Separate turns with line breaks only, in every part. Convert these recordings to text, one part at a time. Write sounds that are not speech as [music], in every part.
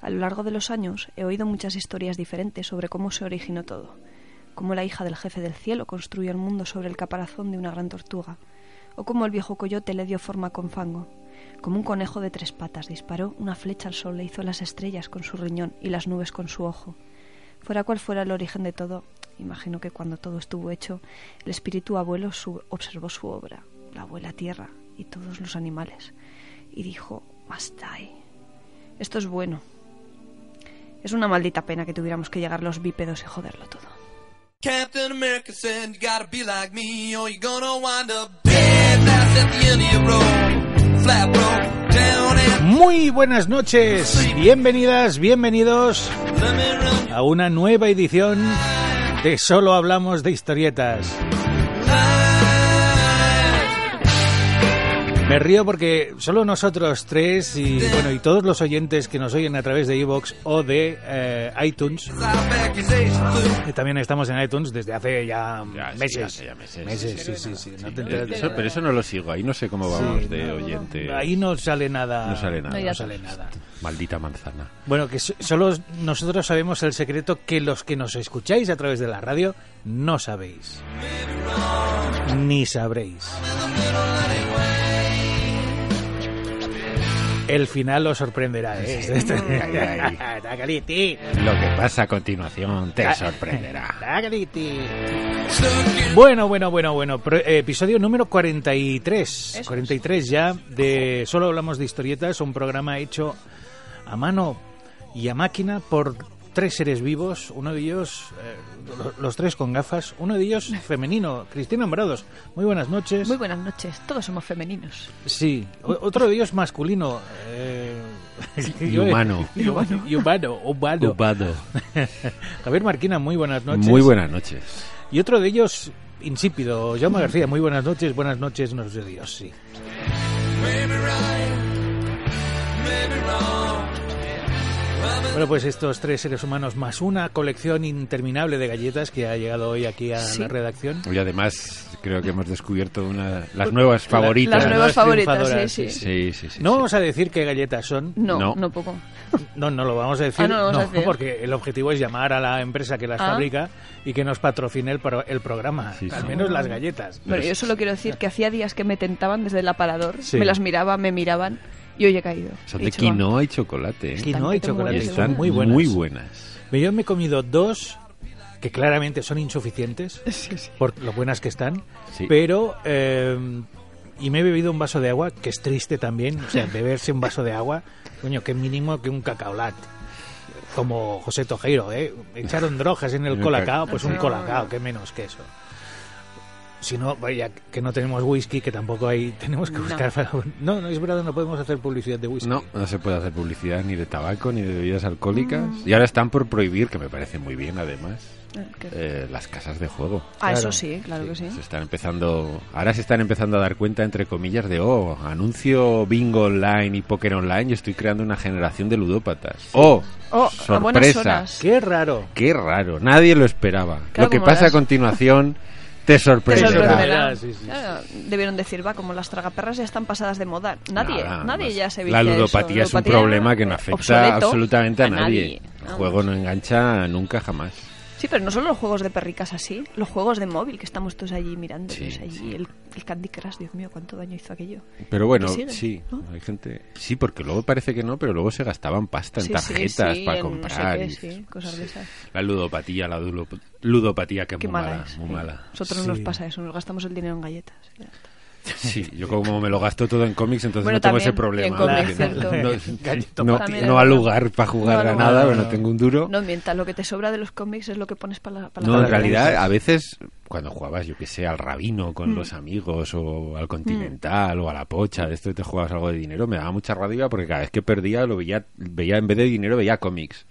A lo largo de los años he oído muchas historias diferentes sobre cómo se originó todo, cómo la hija del jefe del cielo construyó el mundo sobre el caparazón de una gran tortuga, o cómo el viejo coyote le dio forma con fango, como un conejo de tres patas disparó una flecha al sol e hizo las estrellas con su riñón y las nubes con su ojo. Fuera cual fuera el origen de todo, imagino que cuando todo estuvo hecho, el espíritu abuelo su- observó su obra, la abuela tierra y todos los animales, y dijo, basta ahí. Esto es bueno, es una maldita pena que tuviéramos que llegar los bípedos y joderlo todo.
Captain America said, You gotta be like me, or you're gonna wind up dead. That's at the end of your road. Flat broke down and
Muy buenas noches, bienvenidas, bienvenidos
let me run
a una nueva edición de Solo Hablamos de Historietas. Me río porque solo nosotros tres y bueno y todos los oyentes que nos oyen a través de iVoox o de eh, iTunes,
south accusations. Look,
que también estamos en iTunes desde hace ya,
Ya, sí,
meses.
hace ya meses.
sí, sí, sí. No te
Eh,
enteras de
eso- pero eso no lo sigo, ahí no sé cómo vamos de oyente.
Ahí no sale nada.
No sale nada. No, ya
No sale nada.
Maldita manzana.
Bueno, que so- solo nosotros sabemos el secreto que los que nos escucháis a través de la radio no sabéis. Ni sabréis. El final os sorprenderá, ¿eh? [laughs]
ay,
Tacaliti,
Lo que pasa a continuación te sorprenderá.
tacaliti.
you
Bueno, bueno, bueno, bueno. Pro- eh, episodio número 43.
Eso es.
43 ya de Solo hablamos de historietas, un programa hecho a mano y a máquina por tres seres vivos, uno de ellos, eh, lo- los tres con gafas, uno de
[laughs]
ellos femenino, Cristina Ambrados. Muy buenas noches.
Muy buenas noches, todos somos femeninos.
Sí, o- otro de ellos masculino. eh,
Y
yo-
humano.
[laughs] Y humano. Y humano, humano.
Ocupado.
[laughs] Javier Marquina, muy buenas noches.
Muy buenas noches.
Y otro de ellos, insípido, Jaume García, muy buenas noches, buenas noches, no sé Dios, sí. Bueno, pues estos tres seres humanos más una colección interminable de galletas que ha llegado hoy aquí a
Sí.
la redacción.
Y además creo que hemos descubierto una, las nuevas favoritas.
Las nuevas favoritas, sí,
triunfadoras,
sí.
Sí, sí, sí.
No
sí.
vamos a decir qué galletas son,
No, no,
No.
poco.
no, no lo vamos a decir,
Ah, no lo vamos a decir.
porque el objetivo es llamar a la empresa que las
Ah.
fabrica y que nos patrocine el, pro- el programa,
Sí,
al
sí.
menos las galletas.
Pero yo solo quiero decir que hacía días que me tentaban desde el aparador,
Sí.
me las miraba, me miraban y hoy he caído.
Son
He
de
dicho, va.
quinoa y chocolate. ¿eh?
Están
Quinoa y
que te mueres
Y
chocolate,
de
están
una.
muy buenas.
Muy buenas.
Yo me he comido dos que claramente son insuficientes
[laughs] Sí, sí.
por lo buenas que están,
Sí.
pero eh, y me he bebido un vaso de agua que es triste también,
[laughs]
o sea, beberse un vaso de agua, coño, que mínimo que un cacaolat. Como José Tojeiro, ¿eh? Echaron drogas en
[laughs]
el
Un
colacao, pues un
No.
colacao, que menos que eso. Si no, vaya, que no tenemos whisky, que tampoco hay... [laughs] Tenemos que
No.
buscar... para- No, no, es verdad, no podemos hacer publicidad de whisky.
No, no se puede hacer publicidad ni de tabaco ni de bebidas alcohólicas. Y ahora están por prohibir, que me parece muy bien además,
Ah, que-
eh, las casas de juego.
Ah, eso
claro.
sí, claro que sí.
Se están empezando, ahora se están empezando a dar cuenta, entre comillas, de, oh, anuncio bingo online y póker online y estoy creando una generación de ludópatas. Oh,
Oh, a buenas
sorpresa.
horas.
¡Qué raro!
Qué raro, nadie lo esperaba.
Claro,
lo que
como
pasa
las-
a continuación te
Te
sorprenderá.
sorprenderá.
Sí, sí, sí.
Claro, debieron decir, va, como las tragaperras ya están pasadas de moda. Nadie,
Nada,
nadie
más.
ya se
La
vicia eso.
ludopatía es un
Ludopatía,
problema que no afecta
obsoleto, Ah,
absolutamente a nadie. El
Vamos.
juego no engancha nunca jamás.
Sí, pero no solo los juegos de perricas así, los juegos de móvil que estamos todos allí mirando.
Sí,
allí,
sí.
el, el Candy Crush, Dios mío, cuánto daño hizo aquello.
Pero bueno,
Que siguen,
sí,
¿no?
hay gente. Sí, porque luego parece que no, pero luego se gastaban pasta en
Sí, sí,
tarjetas
sí,
para
en no sé
comprar.
qué,
y-
sí, cosas de esas.
La ludopatía, la dulo- ludopatía que es
Qué
muy
mala
mala,
es. eh. [laughs]
muy
sí.
mala.
Nosotros nos pasa eso, nos gastamos el dinero en galletas.
Sí, yo como me lo gasto todo en cómics, entonces
Bueno,
no tengo
también,
ese
en
problema.
cómics,
no, no,
cierto.
no-
También
no
es
al
verdad.
lugar para jugar
No al
a
lugar.
nada,
No,
bueno,
no.
tengo un duro.
No mientas, lo que te sobra de los cómics es lo que pones para la para la
Oh. No, en
palabra.
realidad, a veces, cuando jugabas, yo que sé, al rabino con los amigos, o al continental, o a la pocha, de esto y te jugabas algo de dinero, me daba mucha rabia porque cada vez que perdía, lo veía, veía en vez de dinero, veía cómics.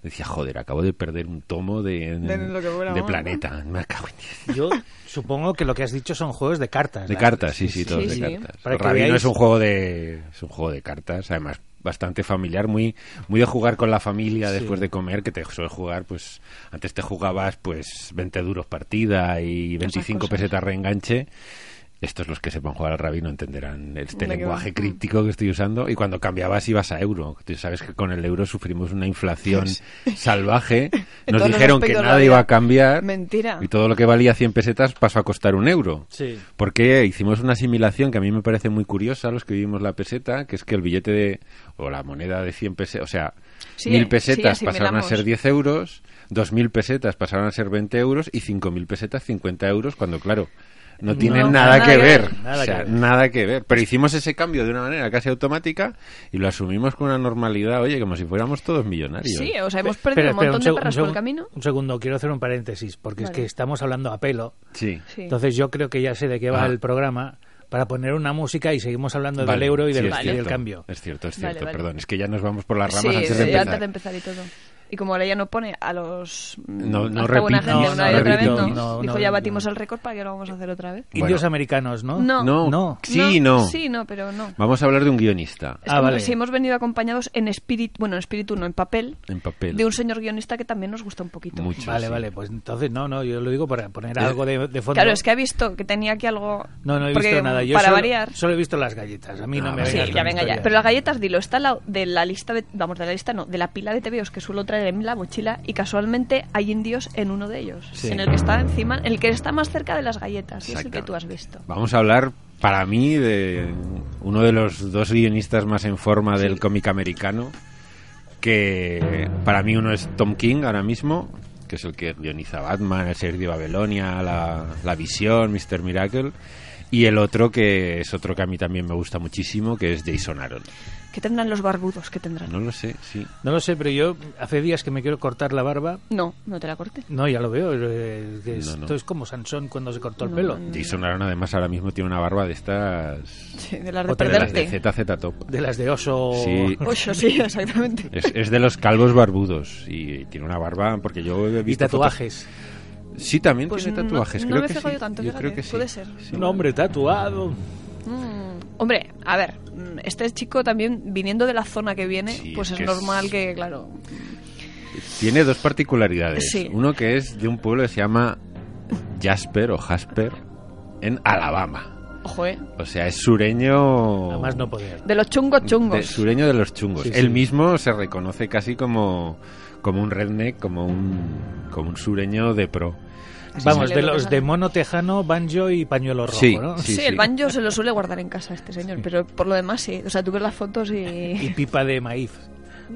Decía, joder, acabo de perder un tomo de,
De lo que fuera,
de
¿no?
planeta. Me cago en diez.
Yo supongo que lo que has dicho son juegos de cartas.
De
¿no?
cartas, sí, sí, todos
sí,
de
sí.
cartas.
Para que
Rabino
veáis-
es un juego de es un juego de cartas, además bastante familiar, muy muy de jugar con la familia después de comer, que te suele jugar, pues antes te jugabas pues 20 duros partida y 25
cosas.
pesetas reenganche. Estos los que sepan jugar al rabino entenderán este
¿De qué
lenguaje
va?
crítico que estoy usando. Y cuando cambiabas ibas a euro. Tú sabes que con el euro sufrimos una inflación
[laughs]
salvaje. Nos
todos los
dijeron que
aspectos de la
nada iba
vida.
a cambiar.
Mentira.
Y todo lo que valía 100 pesetas pasó a costar un euro.
Sí.
Porque hicimos una asimilación que a mí me parece muy curiosa, los que vivimos la peseta, que es que el billete de, o la moneda de 100 pesetas, o sea,
Sí,
mil
sí,
pesetas
asimilamos.
pasaron a ser 10 euros, 2.000 pesetas pasaron a ser 20 euros y 5.000 pesetas 50 euros, cuando claro, no tienen nada, que ver.
Nada
o sea,
que ver.
nada que ver. Pero hicimos ese cambio de una manera casi automática y lo asumimos con una normalidad, oye, como si fuéramos todos millonarios.
Sí, o sea, hemos perdido un
Espera, espera,
montón de
seg-
perras por
segun-
el camino.
un segundo, quiero hacer un paréntesis, porque es que estamos hablando a pelo.
Sí.
Sí.
Entonces yo creo que ya sé de qué va
Ah.
el programa para poner una música y seguimos hablando
Vale,
del euro y
sí,
del,
es
y del
cierto, Eh,
cambio.
Es cierto, es
Vale,
cierto,
vale.
perdón. Es que ya nos vamos por las
Sí,
ramas antes de
sí,
empezar.
antes de empezar y todo. Y como ahora ya no pone a los. mm,
No, no
hasta buena
repite,
gente
no,
una y
no
otra vez,
repite,
no.
no,
Dijo,
no,
ya
no.
batimos el récord, ¿para qué lo vamos a hacer otra vez?
Indios
Bueno.
americanos, ¿no?
No.
No,
No.
sí,
No,
no.
Sí, no, pero no.
Vamos a hablar de un guionista
Es
Ah,
que
vale.
si hemos venido acompañados en espíritu, bueno, en espíritu no, en papel,
en papel.
de un señor guionista que también nos gusta un poquito.
Mucho.
Vale,
sí.
vale, pues entonces no, no, yo lo digo para poner
Eh,
algo de, de fondo.
Claro, es que ha visto que tenía aquí algo.
No, no he
porque
visto nada. Yo
para
solo,
variar.
solo he visto las galletas. A mí no
Ah,
me
vale.
Sí, ya
vengas con
venga ya.
historias.
Pero las galletas, dilo, está al lado de la lista de, vamos, de la lista no, de la pila de tebeos que suelo traer en la mochila y casualmente hay indios en uno de ellos,
Sí.
en el que está encima, el que está más cerca de las galletas, y es el que
Exactamente.
tú has visto.
Vamos a hablar, para mí, de uno de los dos guionistas más en forma del cómic americano, que para mí uno es Tom King ahora mismo, que es el que guioniza Batman, El Señor de Babilonia, La, la Visión, Mr. Miracle, y el otro que es otro que a mí también me gusta muchísimo, que es Jason Aaron.
¿Qué tendrán los barbudos? ¿Qué tendrán?
No lo sé, sí.
No lo sé, pero yo hace días que me quiero cortar la barba.
No, no te la corte.
No, ya lo veo. eh, que
No,
esto
no.
es como Sansón cuando se cortó el
No,
pelo.
no, no.
Jason Aaron además ahora mismo tiene una barba de estas...
Sí, de las de
O te la-
perderte.
De las de ZZ Top.
De las de oso.
Sí.
Ocho, sí, [laughs] exactamente.
[laughs] Es, es de los calvos barbudos y tiene una barba porque yo he
Y
visto
tatuajes.
fotos- Sí, también
Pues
tiene
no-
tatuajes.
no
creo
me he
que
fijado
sí.
yo tanto,
yo
fíjate,
creo que sí.
puede ser.
Sí.
Un hombre tatuado.
Mm, Hombre, a ver, mm, este chico también viniendo de la zona que viene,
Sí,
pues
es
es,
que es-
normal que, claro,
Tiene dos particularidades.
Sí.
Uno que es de un pueblo que se llama Jasper o Jasper en Alabama.
ojo, eh,
O sea, es sureño.
Además no poder.
de los chungos
de-
chungos.
sureño de los chungos.
Sí,
Él
sí.
mismo se reconoce casi como, como un redneck, como un, como un sureño de pro.
Así
Vamos,
sale
de
lo que
los
sale.
de mono tejano, banjo y pañuelo rojo,
Sí,
¿no?
sí.
Sí, el banjo se lo suele guardar en casa este señor, pero por lo demás sí. O sea, tú ves las
[laughs]
fotos
Y
y...
pipa de maíz.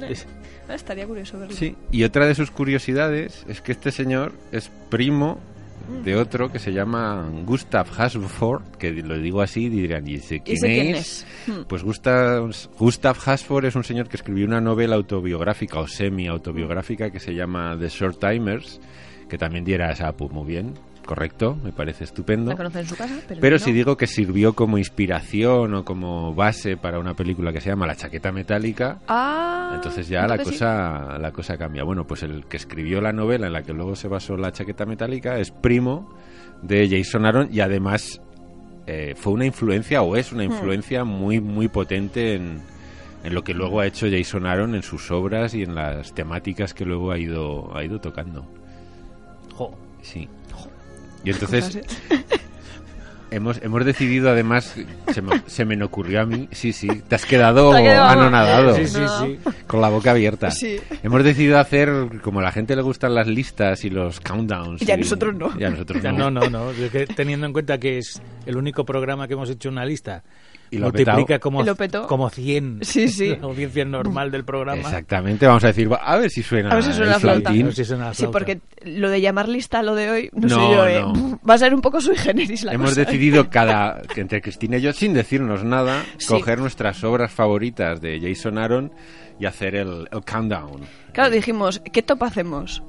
Es-
Ah, Estaría curioso verlo.
Sí, y otra de sus curiosidades es que este señor es primo
Mm.
de otro que se llama Gustav Hasford, que lo digo así y dirán, ¿y ese quién,
¿Y sé quién
es?
es? Hmm.
Pues Gustav, Gustav Hasford es un señor que escribió una novela autobiográfica o semi-autobiográfica que se llama The Short Timers, que también diera a Sapu muy bien, correcto, me parece estupendo.
La conocen en su casa, pero,
Pero
no.
si digo que sirvió como inspiración o como base para una película que se llama La chaqueta metálica,
Ah,
entonces ya la
entonces sí.
cosa, la cosa cambia. Bueno, pues el que escribió la novela en la que luego se basó la chaqueta metálica es primo de Jason Aaron y además eh, fue una influencia o es una
Hmm.
influencia muy, muy potente en, en lo que luego ha hecho Jason Aaron en sus obras y en las temáticas que luego ha ido, ha ido tocando.
jo.
Sí. Y entonces [laughs] hemos, hemos decidido además, se me, se me ocurrió a mí, sí, sí, te has
[laughs]
quedado
Te ha quedado-
anonadado.
Sí, sí,
No.
sí.
Con la boca abierta.
Sí.
Hemos decidido hacer, como a la gente le gustan las listas y los countdowns.
Y a nosotros no.
Y a nosotros
Ya,
no.
No, no, no. Es que Teniendo en cuenta que es el único programa que hemos hecho una lista
Y lo ha
multiplica
petado.
como,
Y lo petó.
como 100.
Sí,
[laughs]
sí.
La audiencia normal del programa.
Exactamente, vamos a decir, va- a ver si suena,
A ver si suena
el
la flauta.
flautín.
A ver si suena la
Sí,
flauta.
porque lo de llamar lista a lo de hoy, no,
No,
sé yo, eh,
no.
[laughs] va a ser un poco sui generis la
Hemos
cosa.
decidido cada, que entre Cristina y yo, sin decirnos nada,
Sí.
coger nuestras obras favoritas de Jason Aaron y hacer el, el countdown.
Claro, dijimos, ¿qué top hacemos?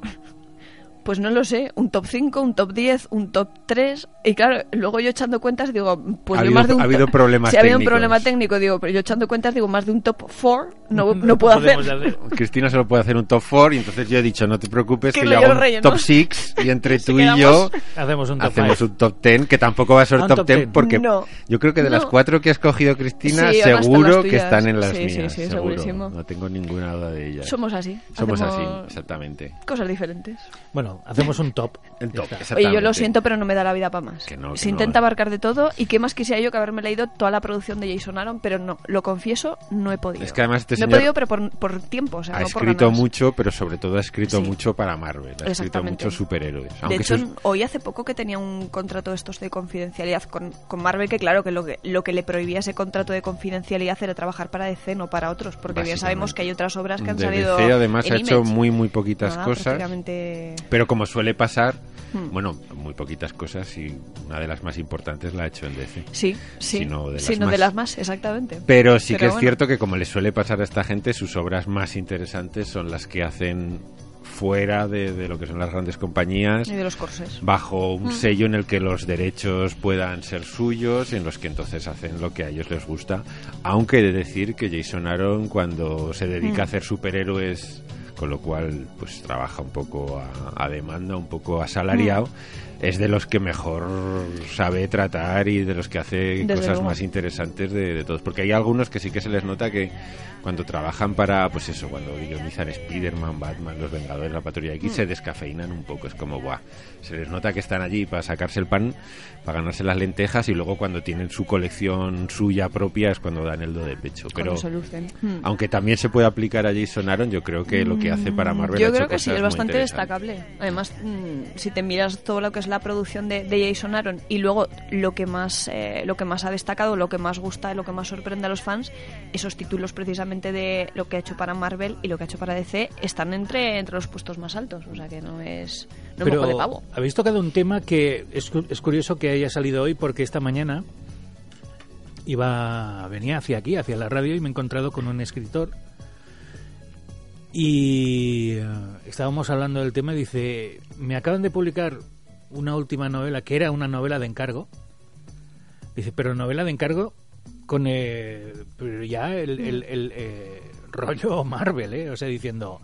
Pues no lo sé, un top 5, un top 10, un top 3. Y claro, luego yo echando cuentas digo, pues
Ha
yo
habido-
más de un
ha habido
top-
problemas
Sí, ha habido un
técnicos.
problema técnico, digo, pero yo echando cuentas digo, más de un top 4 no, no puedo hacer.
podemos
Cristina solo puede hacer un top 4 y entonces yo he dicho, no te preocupes,
Que
que,
lo
yo
yo
hago
relleno.
un top 6 y entre
[laughs] Si
tú y yo
Hacemos un top
hacemos
five.
un top 10, que tampoco va a ser
Ah, un
top
top
10
10.
porque
No.
yo creo que de las
No.
cuatro que has cogido Cristina,
Sí, ahora están
seguro
las
que
tuyas.
están en las
Sí, sí,
mías,
sí,
seguro.
segurísimo.
No tengo ninguna duda de ellas.
Somos así.
Somos así,
hacemos
exactamente.
Cosas diferentes.
Bueno, hacemos un top.
[laughs] El top,
Ya está.
Oye, yo lo
exactamente.
siento, pero no me da la vida para más.
Que no, que
Se
no.
intenta abarcar de todo y qué más quisiera yo que haberme leído toda la producción de Jason Aaron, pero no, lo confieso, no he podido.
Es que además
no
este
he
señor
podido, pero por, por tiempo, o sea,
Ha
no por
escrito
ganas.
mucho, pero sobre todo ha escrito
Sí.
mucho para Marvel. Ha escrito
Exactamente.
muchos superhéroes.
De
Aunque
hecho,
sus-
hoy hace poco que tenía un contrato de estos de confidencialidad con, con Marvel, que claro, que lo, que lo que le prohibía ese contrato de confidencialidad era trabajar para DC, no para otros, porque bien sabemos que hay otras obras que han
de
salido
DC, además
en
ha hecho
Image.
muy, muy poquitas
Nada,
cosas.
prácticamente-
Pero como suele pasar,
Hmm.
bueno, muy poquitas cosas y una de las más importantes la ha hecho en DC.
Sí, sí.
Si no, de las
Sí, no
más.
de las más, exactamente.
Pero sí que es
bueno.
cierto que como le suele pasar a esta gente, sus obras más interesantes son las que hacen fuera de, de lo que son las grandes compañías.
Y de los corsés.
bajo un sello en el que los derechos puedan ser suyos, en los que entonces hacen lo que a ellos les gusta. Aunque he de decir que Jason Aaron cuando se dedica a hacer superhéroes, con lo cual pues trabaja un poco a, a demanda, un poco asalariado, es de los que mejor sabe tratar y de los que hace
Desde
cosas
luego.
más interesantes de, de todos. Porque hay algunos que sí que se les nota que cuando trabajan para, pues eso, cuando guionizan Spider-Man, Batman, Los Vengadores, La Patrulla
Mm.
X, se descafeinan un poco. Es como, guau, se les nota que están allí para sacarse el pan, para ganarse las lentejas y luego cuando tienen su colección suya propia es cuando dan el do de pecho. Pero
Cuando se lucen. Mm.
aunque también se puede aplicar a Jason Aaron, yo creo que lo que hace para Marvel ha
Mm, Yo
hecho
creo que sí,
cosas
es
muy
bastante
interesantes.
destacable. Además, mm, si te miras todo lo que es la producción de, de Jason Aaron y luego lo que más eh, lo que más ha destacado, lo que más gusta, lo que más sorprende a los fans, esos títulos precisamente de lo que ha hecho para Marvel y lo que ha hecho para DC están entre, entre los puestos más altos. O sea que no es no moco de pavo.
habéis tocado un tema que es, cu- es curioso que haya salido hoy porque esta mañana iba venía hacia aquí, hacia la radio y me he encontrado con un escritor y eh, estábamos hablando del tema y dice, me acaban de publicar una última novela que era una novela de encargo. Dice, pero novela de encargo con eh, pero ya el, el- el, eh, rollo [laughs] Marvel, ¿eh? O sea, diciendo,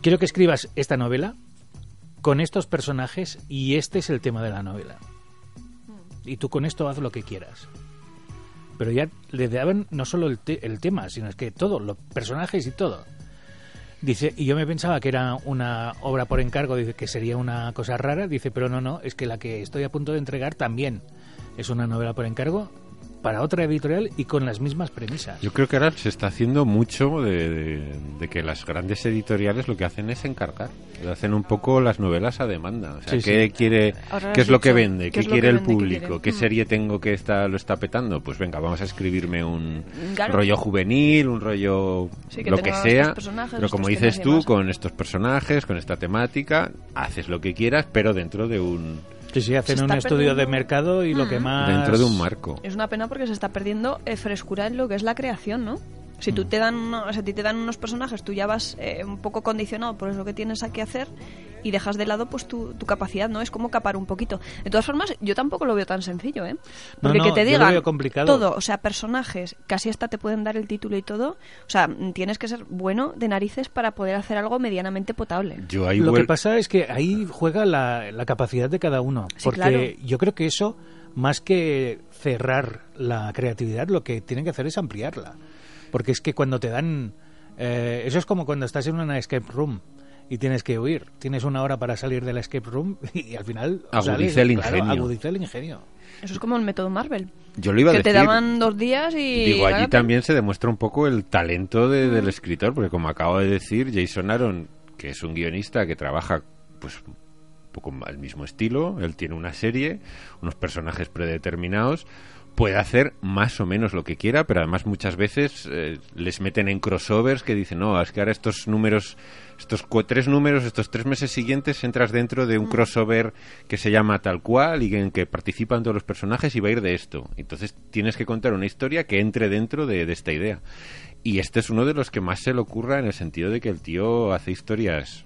quiero que escribas esta novela con estos personajes y este es el tema de la novela.
Mm.
Y tú con esto haz lo que quieras. Pero ya le daban no solo el, te- el tema, sino es que todo, los personajes y todo. Dice, y yo me pensaba que era una obra por encargo, dice que sería una cosa rara, dice, pero no, no, es que la que estoy a punto de entregar también es una novela por encargo para otra editorial y con las mismas premisas.
Yo creo que ahora se está haciendo mucho de, de- de que las grandes editoriales lo que hacen es encargar. Hacen un poco las novelas a demanda. O sea,
Sí,
¿qué, Quiere,
Ahora
¿qué
has
es lo que
dicho,
vende?
¿qué
¿Qué,
es lo
quiere
que
el
vende? ¿Qué quiere?
público? ¿Qué,
Mm.
serie tengo que está, lo está petando? Pues venga, vamos a escribirme un
Claro.
rollo juvenil, un rollo
Sí, que
lo
tenga
que
estos
sea.
personajes,
Pero como
estos temas
dices
y
tú,
demás.
con estos personajes, con esta temática, haces lo que quieras, pero dentro de un,
Sí, sí, hacen
Se
un
está
estudio de
perdiendo-
mercado y lo que más...
dentro de un marco.
Es una pena porque se está perdiendo eh, frescura en lo que es la creación, ¿no? Si tú te dan, uno- o sea, a ti te dan unos personajes, tú ya vas eh, un poco condicionado por lo que tienes a que hacer y dejas de lado pues tu, tu capacidad, ¿no? Es como capar un poquito. De todas formas, yo tampoco lo veo tan sencillo, ¿eh? Porque
no,
que te
yo lo
digan
veo complicado.
todo, o sea, personajes, casi hasta te pueden dar el título y todo. O sea, mm, tienes que ser bueno de narices para poder hacer algo medianamente potable.
Yo ahí
Lo que
vuel-
pasa es que ahí juega la, la capacidad de cada uno.
Sí,
Porque
claro.
yo creo que eso, más que cerrar la creatividad, lo que tienen que hacer es ampliarla. Porque es que cuando te dan... eh, eso es como cuando estás en una escape room y tienes que huir. Tienes una hora para salir de la escape room [laughs] y al final...
Agudiza
sales,
el
claro,
ingenio.
agudiza el ingenio.
Eso es como el método Marvel.
Yo lo iba a
Que te
decir.
daban dos días y...
Digo, allí
gánate.
también se demuestra un poco el talento de- del escritor, porque como acabo de decir, Jason Aaron, que es un guionista que trabaja pues un poco al mismo estilo, él tiene una serie, unos personajes predeterminados, puede hacer más o menos lo que quiera, pero además muchas veces eh, les meten en crossovers que dicen, no, es que ahora estos números, estos cu- tres números, estos tres meses siguientes entras dentro de un crossover que se llama tal cual y en que participan todos los personajes y va a ir de esto. Entonces tienes que contar una historia que entre dentro de, de esta idea. Y este es uno de los que más se le ocurra en el sentido de que el tío hace historias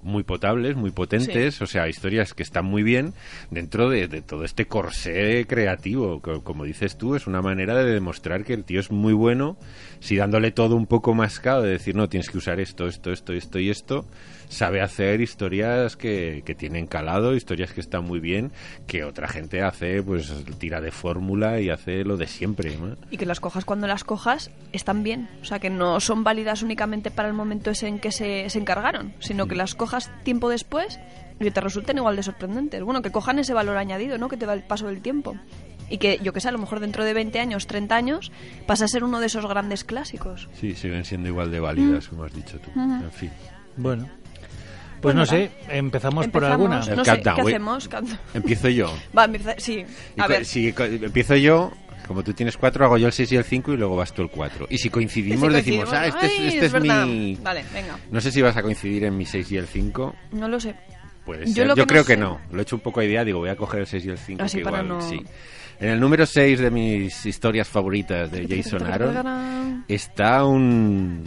muy potables, muy potentes, o sea, historias que están muy bien dentro de, de todo este corsé creativo. Co- Como dices tú, es una manera de demostrar que el tío es muy bueno, si dándole todo un poco mascado, de decir, no, tienes que usar esto, esto, esto, esto y esto, sabe hacer historias que, que tienen calado, historias que están muy bien, que otra gente hace, pues tira de fórmula y hace lo de siempre. ¿no?
Y que las cojas cuando las cojas están bien. O sea, que no son válidas únicamente para el momento ese en que se, se encargaron, sino
Mm.
que las cojas tiempo después y que te resulten igual de sorprendentes. Bueno, que cojan ese valor añadido, ¿no? Que te va el paso del tiempo. Y que, yo que sé, a lo mejor dentro de 20 años, 30 años, pasa a ser uno de esos grandes clásicos.
Sí, siguen siendo igual de válidas, como has dicho tú. En fin.
Bueno. Pues
Bueno, va.
no sé, empezamos, por
Empezamos, No
alguna.
El
sé, ¿qué
countdown, güey.
hacemos? Countdown.
Empiezo yo.
Va, empieza- sí.
Y
A
co-
ver,
Si co- empiezo yo, como tú tienes cuatro, hago yo el 6 y el 5 y luego vas tú el 4. Y si coincidimos,
si
decimos, ah,
coincidimos,
este, es-
ay,
este
es
es,
verdad.
mi...
Vale, venga.
No sé si vas a coincidir en mi 6 y el 5.
no lo sé.
Puede
Yo
ser.
lo
Yo,
que no
creo que
sé.
no. Lo he hecho un poco a idea, digo, voy a coger el 6 y el 5.
Así
que
para
igual,
no-
sí. En el número 6 de mis historias
[laughs]
favoritas de Jason Aaron está un...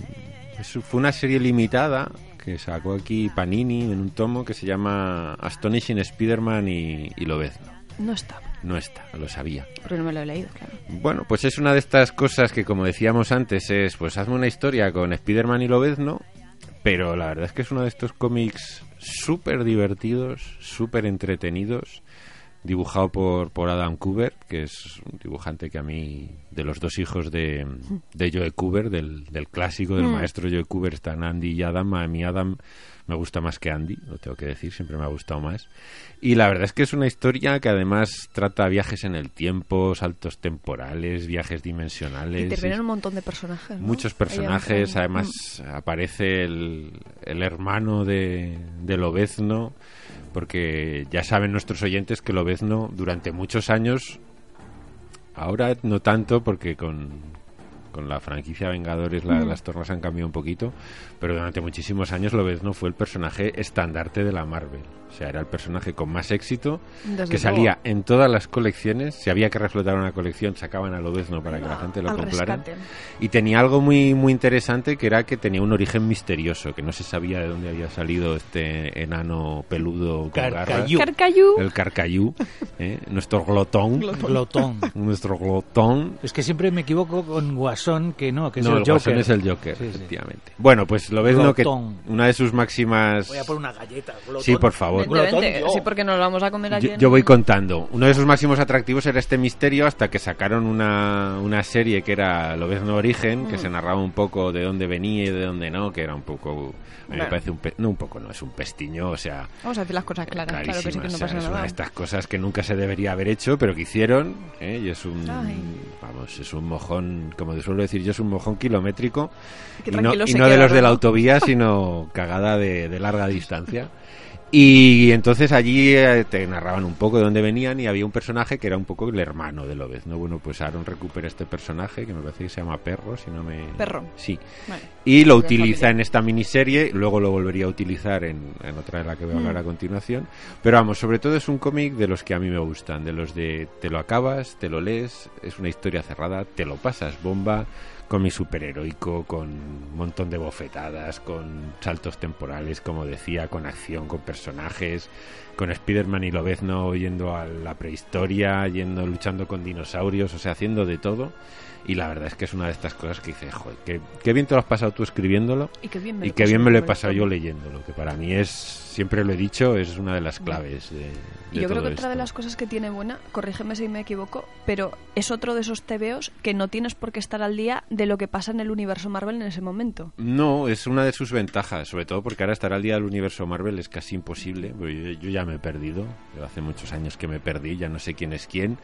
es- Fue una serie limitada que sacó aquí Panini en un tomo que se llama Astonishing Spider-Man y, y Lobezno.
No está,
No está, lo sabía.
porque no me lo he leído, claro.
Bueno, pues es una de estas cosas que, como decíamos antes, es pues hazme una historia con Spider-Man y Lobezno, pero la verdad es que es uno de estos cómics súper divertidos, súper entretenidos, dibujado por, por Adam Cooper, que es un dibujante que a mí, de los dos hijos de, de Joe Cooper, del, del clásico, del maestro Joe Cooper, están Andy y Adam. A mí Adam me gusta más que Andy, lo tengo que decir, siempre me ha gustado más. Y la verdad es que es una historia que además trata viajes en el tiempo, saltos temporales, viajes dimensionales.
Intervienen un montón de personajes. ¿no? Mm.
Muchos
Ahí
personajes,
entran-
además aparece el, el hermano de, de Lobezno, porque ya saben nuestros oyentes que Lobezno durante muchos años, ahora no tanto porque con, con la franquicia Vengadores
Mm.
la- las tornas han cambiado un poquito, pero durante muchísimos años Lobezno fue el personaje estandarte de la Marvel. O sea, era el personaje con más éxito,
Desde luego.
que salía en todas las colecciones. Si había que reflotar una colección, sacaban a Lobezno para que la gente lo
Ah, Al
comprara.
rescate.
Y tenía algo muy, muy interesante que era que tenía un origen misterioso, que no se sabía de dónde había salido este enano peludo con garras.
Carcayú.
Carcayú.
El Mm. carcayú, ¿eh? nuestro glotón,
Glotón.
nuestro glotón
Es que siempre me equivoco con Guasón, que no, que es
no,
el,
el
Joker.
Guasón es el Joker,
Sí, sí.
efectivamente. Bueno, pues lo ves, ¿no? Que
Glotón.
una de sus máximas...
Voy a por una galleta. Glotón.
Sí, por favor.
Vente, vente, Sí, porque nos lo vamos a comer
Yo-
ayer.
Yo, voy contando. Uno de sus máximos atractivos era este misterio hasta que sacaron una, una serie que era Lobezno Origen, que se narraba un poco de dónde venía y de dónde no, que era un poco... A mí me
Bueno.
parece un... pe- No, un poco, no, es un pestiño, o sea...
Vamos a decir las cosas claras, claro que sí
clarísima,
que no
o sea,
pasa
es una
nada.
de estas cosas que nunca se debería haber hecho, pero que hicieron, ¿eh? y es un...
Ay.
Vamos, es un mojón, como suelo decir yo, es un mojón kilométrico.
Qué
y no,
tranquilo
y
se
no de
queda,
los de la
¿no? [laughs]
autovía, sino cagada de, de larga distancia. Y entonces allí eh, te narraban un poco de dónde venían y había un personaje que era un poco el hermano de Lobez, ¿no? Bueno, pues Aaron recupera este personaje que me parece que se llama Perro, si no me...
Perro.
Sí.
Vale.
Y lo
De
utiliza
familia.
en esta miniserie, luego lo volvería a utilizar en, en otra de la que voy a hablar a continuación. Pero vamos, sobre todo es un cómic de los que a mí me gustan, de los de te lo acabas, te lo lees, es una historia cerrada, te lo pasas bomba, con mi superheroico, con un montón de bofetadas, con saltos temporales, como decía, con acción, con personajes, con Spider-Man y Lobezno yendo a la prehistoria, yendo luchando con dinosaurios, o sea, haciendo de todo. Y la verdad es que es una de estas cosas que dices, joder, qué, qué bien te lo has pasado tú escribiéndolo
Y qué bien me
y
lo
qué
pasé
bien me lo he
con el
pasado yo
tono.
leyéndolo, que para mí es, siempre lo he dicho, es una de las claves de, de
Y yo creo
todo
que otra de
esto.
las cosas que tiene buena, corrígeme si me equivoco, pero es otro de esos tebeos que no tienes por qué estar al día de lo que pasa en el universo Marvel en ese momento.
No, es una de sus ventajas, sobre todo porque ahora estar al día del universo Marvel es casi imposible. porque Yo, yo ya me he perdido, yo hace muchos años que me perdí, ya no sé quién es quién.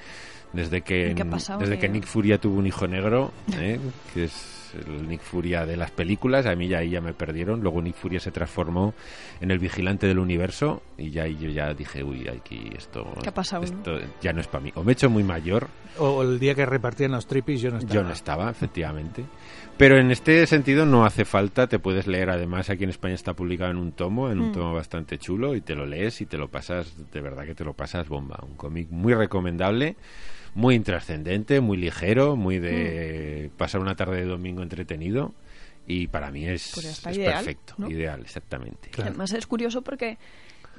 Desde que,
¿Y qué ha pasado?
desde
Que- [laughs]
que Nick Furia tuvo un hijo negro, ¿eh? que es es el Nick Furia de las películas. A mí ya ahí ya me perdieron. Luego Nick Furia se transformó en el vigilante del universo y ya ahí yo ya dije, uy, aquí esto,
¿Qué ha pasado,
esto ya no es para mí. O me he hecho muy mayor
O el día que repartían los tripis yo no estaba.
yo no estaba, efectivamente. Pero en este sentido no hace falta, te puedes leer. Además, aquí en España está publicado en un tomo,
Mm.
en un tomo bastante chulo, y te lo lees y te lo pasas, de verdad que te lo pasas bomba. Un cómic muy recomendable, muy intrascendente, muy ligero, muy de
Mm.
pasar una tarde de domingo entretenido. Y para mí es,
Pues ya está,
es
ideal,
perfecto,
¿no?
ideal, exactamente.
Claro.
Además es curioso porque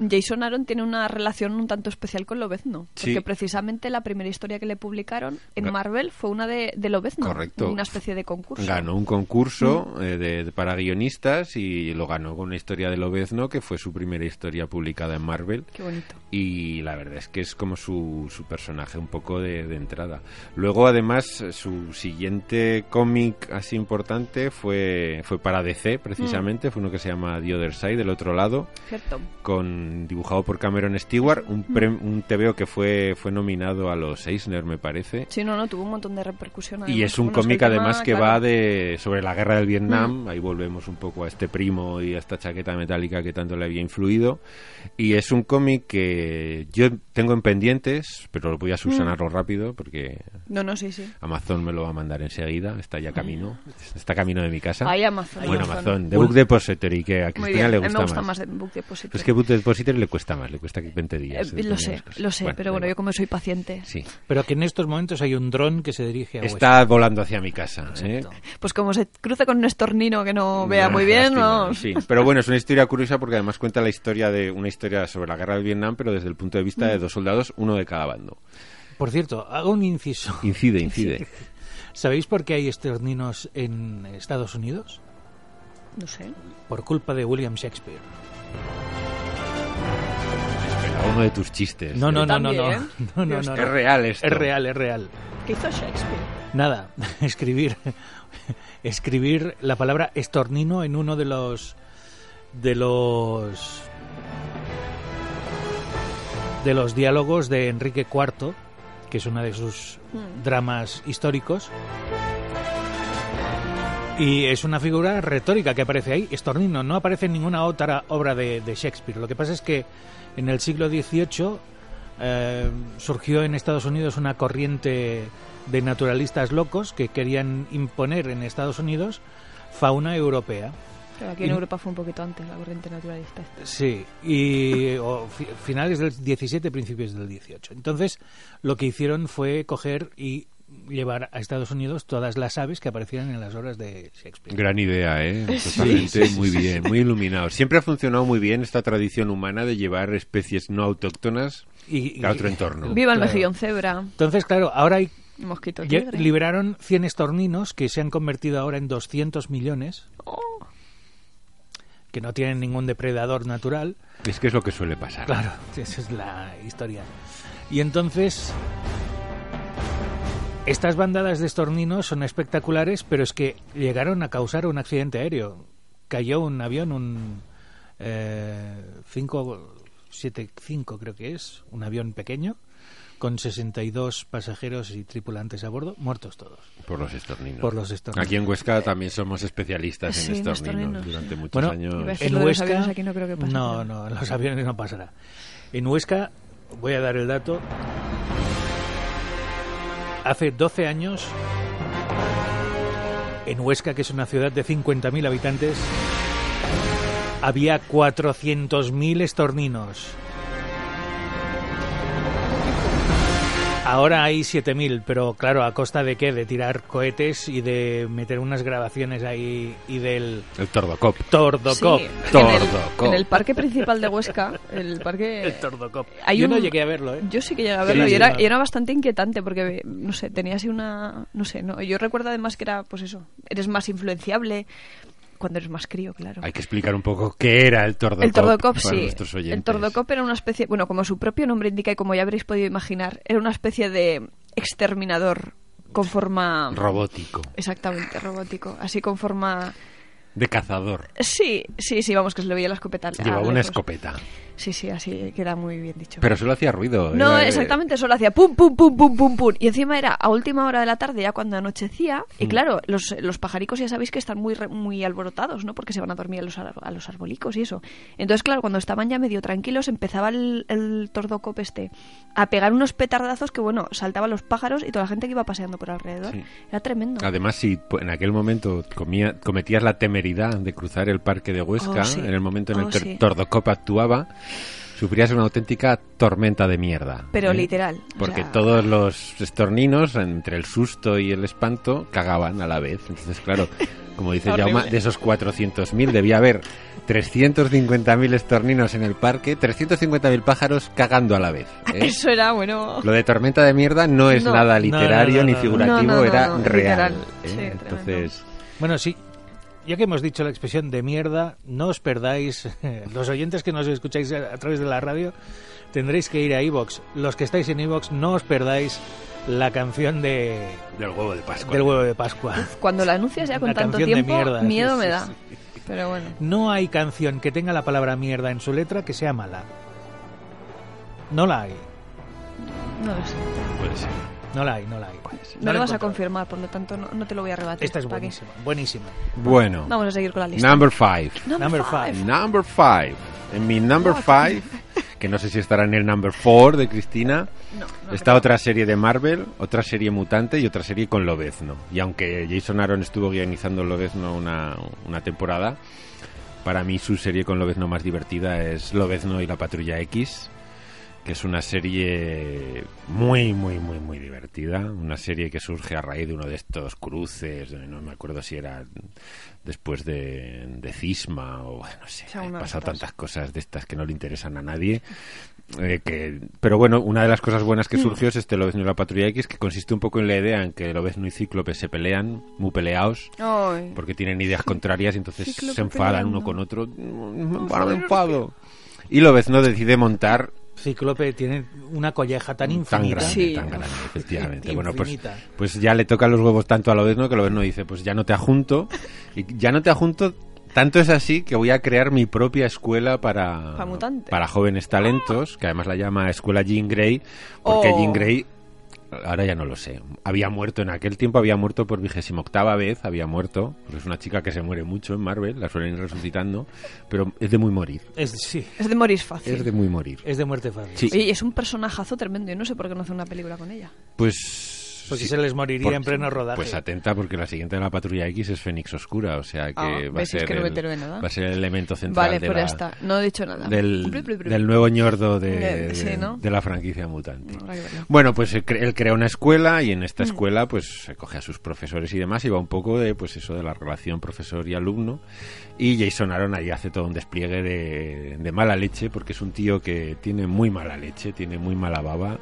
Jason Aaron tiene una relación un tanto especial con Lobezno. Porque
Sí.
precisamente la primera historia que le publicaron en
Ga-
Marvel fue una de, de Lobezno.
Correcto.
Una especie de concurso. Mm.
Ganó un concurso eh, de, de- para guionistas y lo ganó con una historia de Lobezno, que fue su primera historia publicada en Marvel.
Qué bonito.
Y la verdad es que es como su, su personaje un poco de, de entrada. Luego, además, su siguiente cómic así importante fue, fue para DC, precisamente. Fue uno que se llama The Other Side, del otro lado,
Cierto.
con dibujado por Cameron Stewart, un, prem- un TVO que fue, fue nominado a los Eisner, me parece.
Sí, no, no, tuvo un montón de repercusión.
Y
además.
es un
Bueno,
cómic
el tema,
además que
claro, Mm.
va de sobre la guerra del Vietnam, ahí volvemos un poco a este primo y a esta chaqueta metálica que tanto le había influido y es un cómic que yo tengo en pendientes, pero voy a
Mm.
subsanarlo rápido porque
No, no, sí, sí.
Amazon me lo va a mandar enseguida, está ya camino, está camino de mi casa.
Ahí Amazon.
Ah, bueno,
Amazon.
Amazon, de Book Depository que a
Muy
Cristina
bien,
le
a mí
gusta,
me gusta más, de Book Depository.
Pero es que Book Depository le cuesta más, le cuesta que 20
Eh,
días.
lo sé, lo sé, pero
da
bueno, yo
igual.
como soy paciente,
Sí.
Pero que en estos momentos hay un dron que se dirige a
Está volando hacia mi casa, ¿eh?
pues como se cruza con un estornino que no vea
Nah,
muy bien,
lástima,
no.
Sí, pero bueno, es una historia curiosa porque además cuenta la historia de una historia sobre la guerra del Vietnam, pero desde el punto de vista de dos soldados, uno de cada bando.
Western. Por cierto, hago un inciso. [laughs]
Incide, incide.
¿Sabéis por qué hay estorninos en Estados Unidos?
No sé.
Por culpa de William Shakespeare.
Espera, uno de tus chistes.
No, no,
Eh,
no, no, no.
También.
No, [laughs] no, no, no.
Es real esto.
Es real, es real.
¿Qué hizo Shakespeare?
Nada, [laughs] escribir escribir la palabra estornino en uno de los de los de los diálogos de Enrique IV, que es uno de sus dramas históricos. Y es una figura retórica que aparece ahí, estornino, no aparece en ninguna otra obra de, de Shakespeare. Lo que pasa es que en el siglo XVIII eh, surgió en Estados Unidos una corriente de naturalistas locos que querían imponer en Estados Unidos fauna europea.
Claro, aquí en
Y-
Europa fue un poquito antes la corriente naturalista.
Sí, y o fi- finales del 17, principios del 18. Entonces, lo que hicieron fue coger y llevar a Estados Unidos todas las aves que aparecían en las obras de Shakespeare.
Gran idea, ¿eh? Totalmente, muy bien, muy iluminado. Siempre ha funcionado muy bien esta tradición humana de llevar especies no autóctonas
Y- y-
a otro entorno.
Viva el
Claro.
mejillón cebra,
Entonces, claro, ahora hay
mosquito
Ya
tigre.
liberaron 100 estorninos que se han convertido ahora en 200 millones. Que no tienen ningún depredador natural.
Es que es lo que suele pasar.
Claro, esa es la historia. Y entonces, estas bandadas de estorninos son espectaculares, pero es que llegaron a causar un accidente aéreo. Cayó un avión, un eh, 575 creo que es, un avión pequeño, con 62 pasajeros y tripulantes a bordo, muertos todos.
Por los estorninos.
Por los estorninos.
Aquí en Huesca también somos especialistas
Sí,
en
en
estorninos,
estorninos.
durante muchos
Bueno,
Iba a
años.
decir- lo de los aviones aquí no creo que pase,
No,
pero-
no, en los aviones no pasará. En Huesca, voy a dar el dato. Hace 12 años, en Huesca, que es una ciudad de 50.000 habitantes, había 400.000 estorninos. Ahora hay 7.000, pero claro, ¿a costa de qué? De tirar cohetes y de meter unas grabaciones ahí y del
El tordocop.
Tordocop.
Sí, en el-
Tordocop.
En el, parque principal de Huesca, el parque...
[laughs] El Tordocop.
Hay
Yo
un-
no llegué a verlo, ¿eh?
Yo sí que llegué a
Sí,
verlo
sí,
y, era,
claro.
y era bastante inquietante porque, no sé, tenía así una... No sé, no, yo recuerdo además que era, pues eso, eres más influenciable cuando eres más crío, claro.
Hay que explicar un poco qué era el Tordocop.
El Tordocop,
para
sí.
nuestros oyentes.
El Tordocop era una especie, bueno, como su propio nombre indica y como ya habréis podido imaginar, era una especie de exterminador con forma...
Robótico.
Exactamente, robótico. Así con forma
De cazador.
Sí, sí, sí, vamos, que se le veía la escopeta. a
Llevaba una
lejos.
escopeta.
Sí, sí, así queda muy bien dicho.
Pero eh, solo hacía ruido.
No,
era de-
exactamente, solo hacía pum, pum, pum, pum, pum, pum. Y encima era a última hora de la tarde, ya cuando anochecía.
Mm.
Y claro, los, los pajaricos ya sabéis que están muy, re- muy alborotados, ¿no? Porque se van a dormir a los, ar- a los arbolicos y eso. Entonces, claro, cuando estaban ya medio tranquilos, empezaba el, el tordocope este a pegar unos petardazos que, bueno, saltaban los pájaros y toda la gente que iba paseando por alrededor.
Sí.
Era tremendo.
Además, si po- en aquel momento comía- cometías la temeridad de cruzar el parque de Huesca,
Oh, sí.
en el momento en el
Oh,
que
sí.
el Tordocopa actuaba, sufrías una auténtica tormenta de mierda.
Pero
¿eh?
literal. o
Porque
sea,
todos los estorninos, entre el susto y el espanto, cagaban a la vez. Entonces, claro,
[laughs]
como dice Jaume, de esos 400.000 debía haber 350.000 estorninos en el parque, 350.000 pájaros cagando a la vez. ¿eh?
[laughs] [laughs] Eso era, bueno.
[laughs] Lo de tormenta de mierda no es
No.
nada
no,
literario
no,
ni
no.
figurativo,
No, no, no,
era
no,
real.
literal.
¿eh?
Sí, tremendo.
Entonces,
Bueno, sí. Ya que hemos dicho la expresión de mierda, no os perdáis, [laughs] los oyentes que nos escucháis a a través de la radio, tendréis que ir a Evox. Los que estáis en Evox, no os perdáis la canción de,
del huevo de Pascua.
del huevo de Pascua.
Cuando la anuncias ya con
Una
tanto
canción de
tiempo,
mierda, sí,
miedo
sí,
me da.
sí.
Pero bueno.
No hay canción que tenga la palabra mierda en su letra que sea mala. No la hay.
No lo sé.
Puede ser.
No la hay, no la hay.
Me
No
lo
la
vas a
encontrado.
confirmar, por lo tanto no, no te lo voy a rebatir.
Esta es
Pues ¿Para qué?
buenísima, buenísima.
Bueno,
Vamos a seguir con la lista.
number five.
Number five.
Number five. En mi number five, que no sé si estará en el number four de Cristina,
No, no
está
creo.
otra serie de Marvel, otra serie mutante y otra serie con Lobezno. Y aunque Jason Aaron estuvo guionizando Lobezno una, una temporada, para mí su serie con Lobezno más divertida es Lobezno y la Patrulla X, que es una serie muy, muy, muy, muy divertida. Una serie que surge a raíz de uno de estos cruces, de- no me acuerdo si era después de, de Cisma o [laughs] bueno, no sé,
O sea,
han
uno de
pasado
estos.
tantas cosas de estas que no le interesan a nadie. eh, que, pero bueno, una de las cosas buenas que surgió es este Lobezno y la Patrulla X, que consiste un poco en la idea en que Lobezno y Cíclope se pelean, muy peleados,
Ay.
porque tienen ideas contrarias y entonces
Cíclope
se enfadan
peleando.
uno con otro. Ahora me enfado. Y Lobezno decide montar
Cíclope tiene una colleja tan
tan
infinita.
grande,
Sí.
tan grande, efectivamente. Bueno, pues,
Infinita.
pues ya le tocan los huevos tanto a Lobezno que Lobezno dice, pues ya no te ajunto. Y ya no te ajunto, tanto es así que voy a crear mi propia escuela para,
Pa' mutantes.
para jóvenes talentos, que además la llama Escuela Jean Grey, porque
Oh.
Jean Grey... Ahora ya no lo sé. Había muerto en aquel tiempo, había muerto por vigésima octava vez, había muerto. Porque es una chica que se muere mucho en Marvel, la suelen ir resucitando, pero es de muy morir.
Es, sí,
Es de morir fácil.
Es de muy morir.
es de muerte fácil.
Sí.
Oye, y es un personajazo tremendo. Yo no sé por qué no hace una película con ella.
Pues.
Porque
sí.
se les moriría
Por-
en pleno rodaje.
Pues atenta, porque la siguiente de la Patrulla X es Fénix Oscura, o sea que,
Ah,
va, a
ves, es
ser
que no me
el,
entero de nada.
va a ser el elemento central
vale,
de
pues ya
la-
está. No he dicho nada.
del,
Blu, blu, blu.
del nuevo ñordo de,
Del- sí, ¿no?
de la franquicia mutante.
Habrá que verlo.
Bueno, pues él, cre- él crea una escuela y en
Mm.
esta escuela pues se coge a sus profesores y demás y va un poco de pues eso de la relación profesor y alumno y Jason Aaron ahí hace todo un despliegue de, de mala leche porque es un tío que tiene muy mala leche, tiene muy mala baba.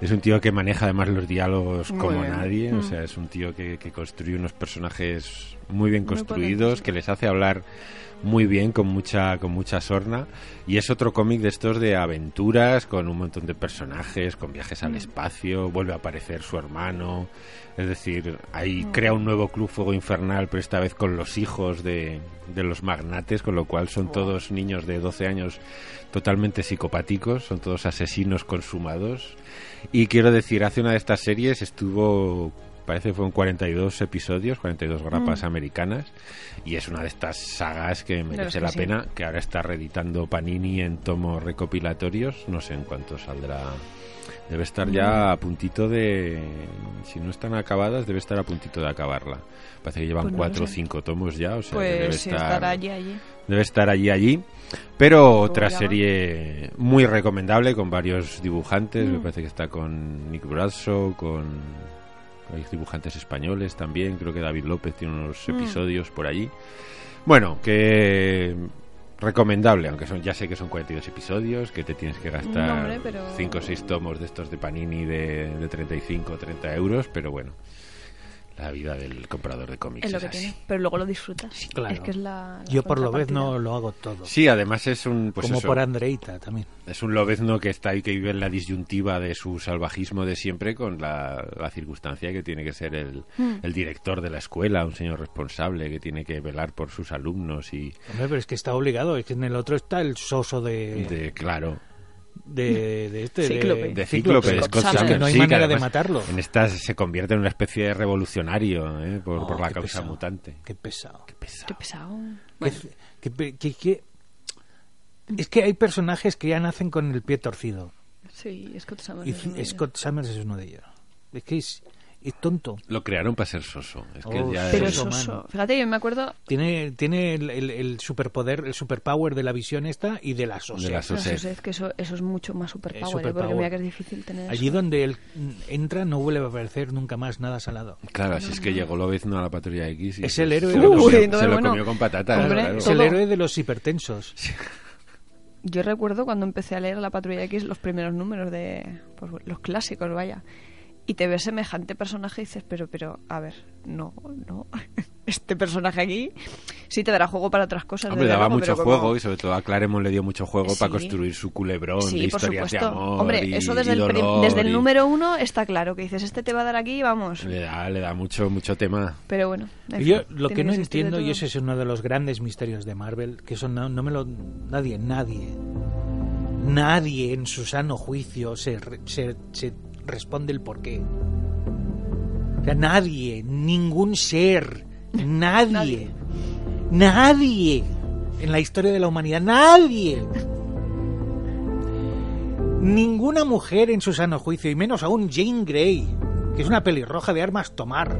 Es un tío que maneja además los diálogos
Muy
como
bien.
nadie, o
Mm.
sea, es un tío que, que construye unos personajes muy bien
Muy
construidos,
potentes.
que les hace hablar muy bien, con mucha, con mucha sorna. Y es otro cómic de estos de aventuras, con un montón de personajes, con viajes al espacio, vuelve a aparecer su hermano. Es decir, ahí crea un nuevo club Fuego Infernal, pero esta vez con los hijos de, de los magnates, con lo cual son todos niños de 12 años totalmente psicopáticos, son todos asesinos consumados. Y quiero decir, hace una de estas series estuvo, parece que fueron 42 episodios, 42
Mm.
grapas americanas, y es una de estas sagas que merece
que
la
sí.
pena, que ahora está reeditando Panini en tomos recopilatorios, no sé en cuánto saldrá. Debe estar
Mm.
ya a puntito de... Si no están acabadas, debe estar a puntito de acabarla. Parece que llevan
Pues no lo
cuatro o
sé.
cinco tomos ya, o sea, que debe
Pues sí,
estar
estará allí, allí.
debe estar allí allí pero otra
llama?
serie muy recomendable con varios dibujantes
Mm.
me parece que está con Nick Bradshaw con hay dibujantes españoles también creo que David López tiene
Mm.
unos episodios por allí bueno que recomendable aunque son ya sé que son 42 episodios que te tienes que
No,
gastar
hombre, pero-
5 o 6 tomos de estos de Panini de, de 35 o 30 euros pero bueno La vida del comprador de cómics
Es lo
es
que
así.
tiene. Pero luego lo disfrutas.
claro.
Es que es la. la
Yo por lo vez
contrapartida.
no lo hago todo.
Sí, además es un pues
Como
eso,
por Andreita también.
es un lobezno que está ahí que vive en la disyuntiva de su salvajismo de siempre con la, la circunstancia que tiene que ser el,
Hmm.
el director de la escuela, un señor responsable que tiene que velar por sus alumnos y
Hombre, pero es que está obligado. Es que en el otro está el soso de.
de claro
de, de este. de-
Cíclope.
de cíclope, de Scott
Scott Summers.
Summers,
Que
no hay
sí,
manera de
además
matarlo.
En estas se convierte en una especie de revolucionario ¿eh? por,
Oh,
por la
qué
causa
pesado.
mutante.
Qué pesado.
Qué pesado.
Que- que- que- que- Es que hay personajes que ya nacen con el pie torcido.
Sí, Scott Summers.
Y
es un niño.
Scott Summers es uno de ellos. Es que es, es tonto.
Lo crearon para ser soso. Es que
Oh,
ya
Pero
es-
eso-
eso,
humano.
Fíjate, yo me acuerdo.
Tiene, tiene el, el- el superpoder, el superpower de la visión esta y de la socia.
De la
no,
Sosed.
Sosed, que eso, eso es mucho más superpower,
Es
¿eh?
superpower.
porque mira que es difícil tener
Allí
eso.
donde él entra no vuelve a aparecer nunca más nada salado.
Claro, así es que llegó Lobezno a la patrulla X. y
Es el héroe.
Se lo
Uy,
comió,
Ah. entonces,
se lo
bueno,
comió con patatas.
hombre,
claro.
es
todo-
el héroe de los hipertensos.
Yo recuerdo cuando empecé a leer La Patrulla X los primeros números de pues, los clásicos, vaya. Y te ves semejante personaje y dices, pero, pero, a ver, no, no. [laughs] Este personaje aquí sí te dará juego para otras cosas.
Hombre,
desde
daba
luego,
mucho
pero como-
juego y sobre todo a Claremont le dio mucho juego
Sí.
para construir su culebrón de
Sí, por
historias de
supuesto.
amor.
Hombre,
y-
eso desde,
y
el, prim-
dolor
desde el
y-
número uno está claro, que dices, este te va a dar aquí, vamos.
Le da, le da mucho, mucho tema.
Pero bueno. en fin,
Yo lo
tiene
que no
ese estilo
entiendo,
todo.
y ese es uno de los grandes misterios de Marvel, que eso no, no me lo... Nadie, nadie, nadie en su sano juicio se, re- se, se responde el porqué. O sea, nadie,
[laughs]
ningún ser, nadie, nadie,
Nadie.
en la historia de la humanidad, nadie. Ninguna mujer en su sano juicio, y menos aún Jane Grey, que es una pelirroja de armas tomar.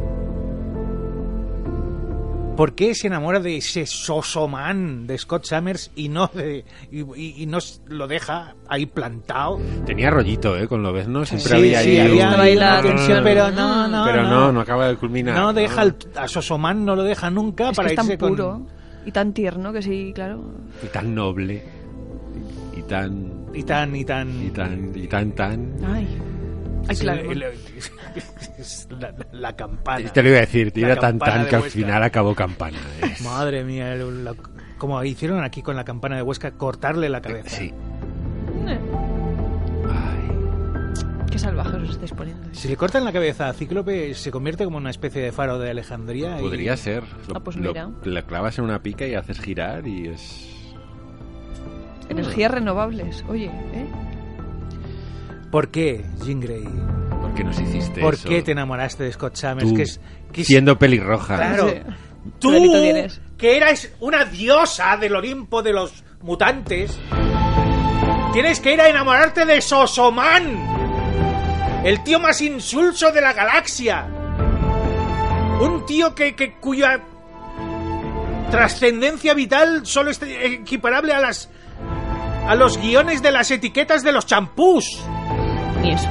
¿Por qué se enamora de ese sosoman de Scott Summers y no, de- y, y- y no s- lo deja ahí plantado?
Tenía rollito, ¿eh? Con Lobezno siempre
Sí,
había
sí,
ahí
había
un-
ahí
Baila
una tensión,
no,
pero no, no.
Pero no, no acaba de culminar.
No
¿no?
deja al- a Sosoman, no lo deja nunca
Es que
para
es tan
irse con-
puro y tan tierno que sí, claro.
Y tan noble. Y tan.
Y tan, y tan...
Y tan. Y tan, tan.
Ay, Ay
Sí,
claro.
el- [laughs] el- es la, la campana.
Te lo iba a decir, te
La
era tan
campana
tan
de
que al
Huesca.
final acabó campana. ¿eh?
Madre mía, el- la- como hicieron aquí con la campana de Huesca, cortarle la cabeza.
Sí.
Eh,
Ay.
Qué salvajes os estáis poniendo.
Si le cortan la cabeza a Cíclope, se convierte como una especie de faro de Alejandría. y-
Podría ser. Lo,
Ah, pues
lo-
mira.
la clavas en una pica y haces girar y es.
Energías renovables, oye, ¿eh?
¿Por qué, Jean Grey?
¿Por qué nos hiciste
¿Por
eso?
qué te enamoraste de Scott Summers?
Tú,
que es, que es-
Siendo pelirroja.
Claro.
Sí.
Tú,
¿Qué delito tienes?
que eras una diosa del Olimpo de los mutantes, tienes que ir a enamorarte de Sosoman, el tío más insulso de la galaxia. Un tío que, que- cuya trascendencia vital solo es equiparable a las a los guiones de las etiquetas de los champús.
Ni eso.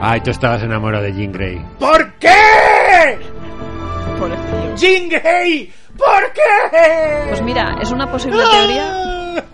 Ay, Ah, tú estabas enamorado de Jean Grey.
¿Por qué?
Pobrecillo.
Jean Grey, ¿por qué?
Pues mira, es una posible
¡Ah!
teoría.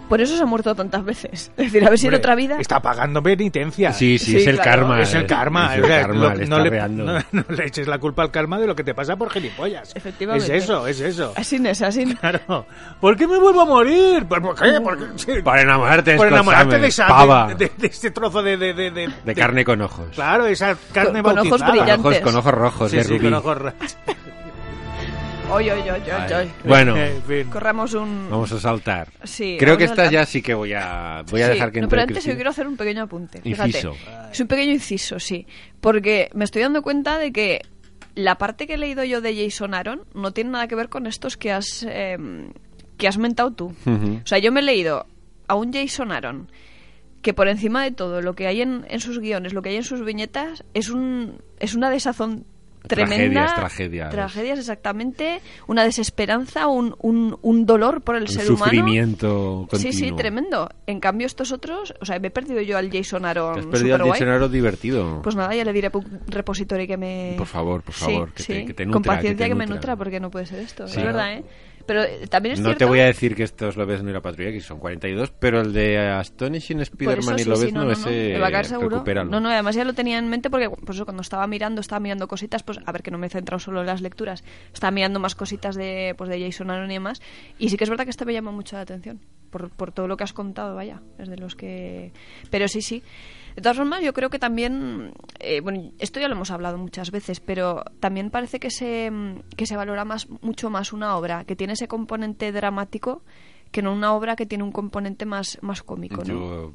Por eso se ha muerto tantas veces. Es decir, haber sido
Hombre,
otra vida.
Está pagando penitencia.
Sí, sí,
Sí,
es el
claro.
karma.
Es el karma.
Es
o
el
sea,
karma,
lo-
le
no,
está
le,
reando.
no- no le eches la culpa al karma de lo que te pasa por gilipollas.
Efectivamente.
Es eso, es eso.
Así no es, así. no.
Claro. ¿Por qué me vuelvo a morir? ¿Por, por qué? ¿Por, qué? Sí.
Para enamorarte de
Por
Scott
enamorarte de
Summers,
esa.
pava.
De,
De,
de- de este trozo de. De, de- de- de-
carne con ojos.
Claro, esa carne
Con- con ojos
bautizada.
Con ojos,
brillantes.
con ojos rojos,
Sí,
de
sí,
rubí.
con ojos ra-
Oy, oy, oy, oy,
Ay.
oy.
Bueno,
En fin.
Corramos un.
vamos a saltar.
Sí,
Creo que
vamos a
esta
saltar.
ya sí que voy a, voy a
Sí,
dejar que
no,
entre
pero antes
Cristina.
yo quiero hacer un pequeño apunte. Fíjate.
Inciso.
Es un pequeño inciso, sí. Porque me estoy dando cuenta de que la parte que he leído yo de Jason Aaron no tiene nada que ver con estos que has, eh, que has mentado tú.
Ujú.
O sea, yo me he leído a un Jason Aaron que por encima de todo lo que hay en, en sus guiones, lo que hay en sus viñetas, es, un, es una desazón tremenda.
Tragedias, tragedias.
Tragedias, exactamente. Una desesperanza, un, un, un dolor por el
Un
ser humano.
sufrimiento continuo.
Sí, sí, tremendo. En cambio, estos otros, o sea, me he perdido yo al Jason
Te
Aaron.
has perdido el
superguay.
diccionario divertido.
Pues nada, ya le diré a Puc Repository que me.
Por favor, por
Sí,
favor, que te-
sí.
que te nutra,
Con paciencia
que
que,
te
me
nutra.
nutra, porque no puede ser esto.
Sí.
Es verdad, ¿eh?
Pero eh, también es
No
cierto.
te voy a decir que estos lo ves en la patrulla, que son 42, pero el de Astonishing
Por eso,
Spider-Man y
sí,
lo
sí,
ves, no, eh, ese.
me va a caer seguro.
recupéralo.
No, no, además ya lo tenía en mente porque por eso cuando estaba mirando, estaba mirando cositas, pues a ver que no me he centrado solo en las lecturas, estaba mirando más cositas de, pues, de Jason Aaron y demás. Y sí que es verdad que este me llama mucho la atención, por, por todo lo que has contado, vaya, es de los que... Pero sí, sí. De todas formas, yo creo que también, eh, bueno, esto ya lo hemos hablado muchas veces, pero también parece que se, mm, que se valora más, mucho más una obra que tiene ese componente dramático que no una obra que tiene un componente más, más cómico. ¿no?
Yo,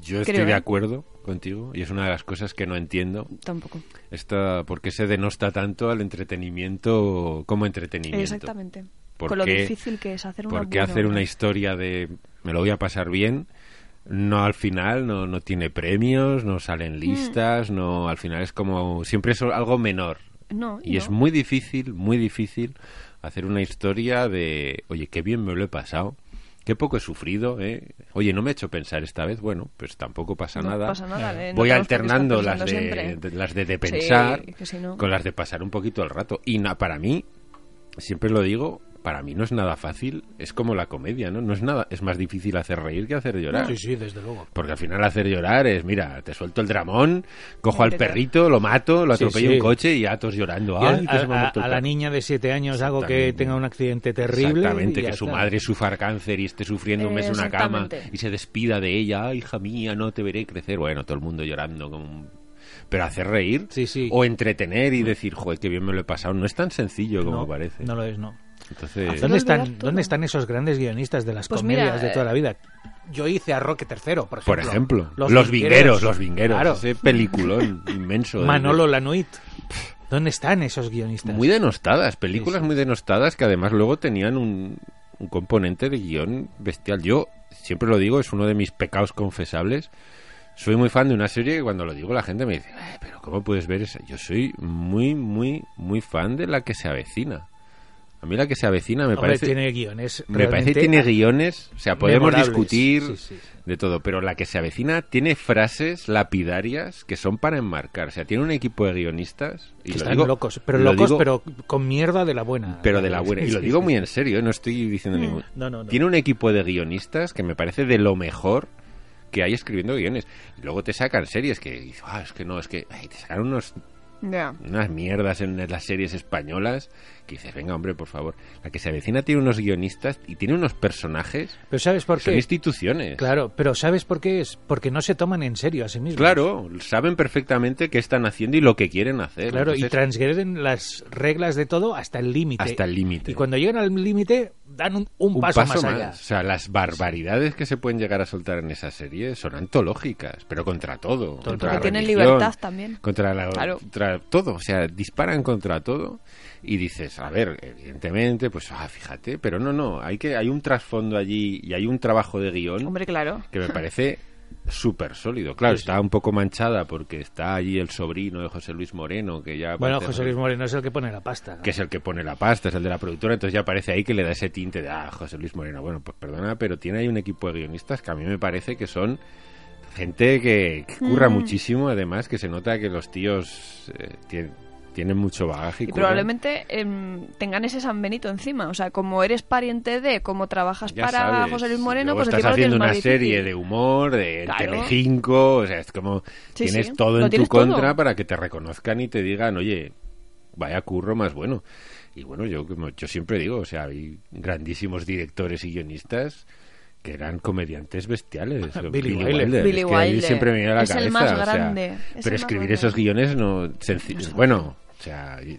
yo estoy
Creo,
de
¿eh?
acuerdo contigo y es una de las cosas que no entiendo.
Tampoco.
Esta, ¿Por qué se denosta tanto al entretenimiento como entretenimiento?
Exactamente.
¿Por
Con lo
qué-
difícil que es hacer una
¿Por qué
buena
hacer
obra?
una historia de me lo voy a pasar bien? No al final, no, no tiene premios, no salen listas, no al final es como siempre es algo menor.
No,
Y
no.
es muy difícil, muy difícil hacer una historia de, oye, qué bien me lo he pasado, qué poco he sufrido, ¿eh? oye, no me he hecho pensar esta vez, bueno, pues tampoco pasa
No
nada.
pasa nada. eh, no tenemos
Voy
por qué estar
alternando las
pensando
de,
siempre.
de- las de, de
Sí,
pensar
que si no.
con las de pasar un poquito el rato. Y na- para mí, siempre lo digo, para mí no es nada fácil, es como la comedia, ¿no? No es nada, es más difícil hacer reír que hacer llorar.
Sí, sí, desde luego.
Porque al final hacer llorar es, mira, te suelto el dramón, cojo al
Vete, claro.
perrito, lo mato, lo
Sí,
atropello
sí.
un coche y atos llorando.
Y al-
Ay, que
a,
se me ha
a-
muerto el
a la
perro.
niña de 7 años hago que
Exactamente.
tenga un accidente terrible.
Exactamente,
y
que
ya
su
está.
madre sufra cáncer y esté sufriendo un mes en una cama
Exactamente.
y se despida de ella, "Ay, hija mía, no te veré crecer. Bueno, todo el mundo llorando como un- Pero hacer reír
Sí, sí.
o entretener y decir, joder, qué bien me lo he pasado, no es tan sencillo como
no,
parece.
No lo es, no.
Entonces,
¿Dónde
olvidar
están,
todo.
¿Dónde están esos grandes guionistas de las
Pues
comedias
mira,
de toda la vida? Yo hice a Roque III, por ejemplo.
por ejemplo, Los Vingueros, Los Vingueros,
Claro.
ese peliculón inmenso. de-
Manolo Lanuit. ¿Dónde están esos guionistas?
Muy denostadas, películas muy denostadas que además luego tenían un, un componente de guión bestial. Yo siempre lo digo, es uno de mis pecados confesables. Soy muy fan de una serie que cuando lo digo la gente me dice, "Eh, pero ¿cómo puedes ver esa? Yo soy muy, muy, muy fan de la que se avecina. A mí la que se avecina me
Hombre,
parece...
tiene guiones.
Me parece
realmente
que tiene guiones, o sea, podemos
memorables.
discutir
Sí, sí, sí.
de todo, pero la que se avecina tiene frases lapidarias que son para enmarcar, o sea, tiene un equipo de guionistas y
que
lo
están
digo-
locos, pero
lo
locos,
digo-
pero con mierda de la buena. [laughs]
pero de la buena. Y
Sí,
lo
sí,
digo
sí. Mm.
muy en serio, ¿eh? no estoy diciendo ningún.
No, no, no.
Tiene un equipo de guionistas que me parece de lo mejor que hay escribiendo guiones. Y luego te sacan series que dices, ah, es que no, es que ay, te sacan unos,
Ya.
unas mierdas en las series españolas que dices, venga, hombre, por favor. La que se avecina tiene unos guionistas y tiene unos personajes.
Pero ¿sabes por
que Son
qué?
instituciones.
Claro, pero ¿sabes por qué es? Porque no se toman en serio a sí mismos.
Claro, saben perfectamente qué están haciendo y lo que quieren hacer.
Claro, y
¿eh? Entonces,
transgreden las reglas de todo hasta el límite.
Hasta el límite.
Y cuando llegan al límite, dan un, un
un
paso,
paso,
más
más.
allá.
O sea, las barbaridades que se pueden llegar a soltar en esa serie son antológicas, pero contra todo. Contra
Porque
la
tienen
religión,
libertad también.
Contra, la-
Claro.
contra todo, o sea, disparan contra todo y dices, a ver, evidentemente, pues ah, fíjate, pero no, no, hay que hay un trasfondo allí y hay un trabajo de guión
Hombre, claro.
que me parece súper sólido. Claro, está un poco manchada porque está allí el sobrino de José Luis Moreno, que ya...
Bueno,
parece-
José Luis Moreno es el que pone la pasta. ¿no?
que es el que pone la pasta, es el de la productora, entonces ya aparece ahí que le da ese tinte de, ah, José Luis Moreno, bueno, pues perdona, pero tiene ahí un equipo de guionistas que a mí me parece que son gente que, que
Mm.
curra muchísimo, además que se nota que los tíos eh, tien- tienen mucho bagaje.
Y
curran.
probablemente em, tengan ese San Benito encima. O sea, como eres pariente de, como trabajas
Ya
para
sabes,
José Luis
y
Moreno,
luego
pues
estás
encima lo tienes
haciendo una
más difícil.
serie de humor, de
Claro.
Telecinco, o sea, es como
Sí,
tienes
sí,
todo
lo
en tu
tienes
contra
todo.
para que te reconozcan y te digan, oye, vaya curro más bueno. Y bueno, yo como yo siempre digo, o sea, hay grandísimos directores y guionistas que eran
[laughs]
comediantes bestiales.
Billy Wilder.
Billy
es que ahí
Wilder.
siempre me viene a la
Es el
cabeza.
más
o sea,
grande, es el
pero
más
escribir
grande.
esos guiones no... sencill- bueno, o sea, y-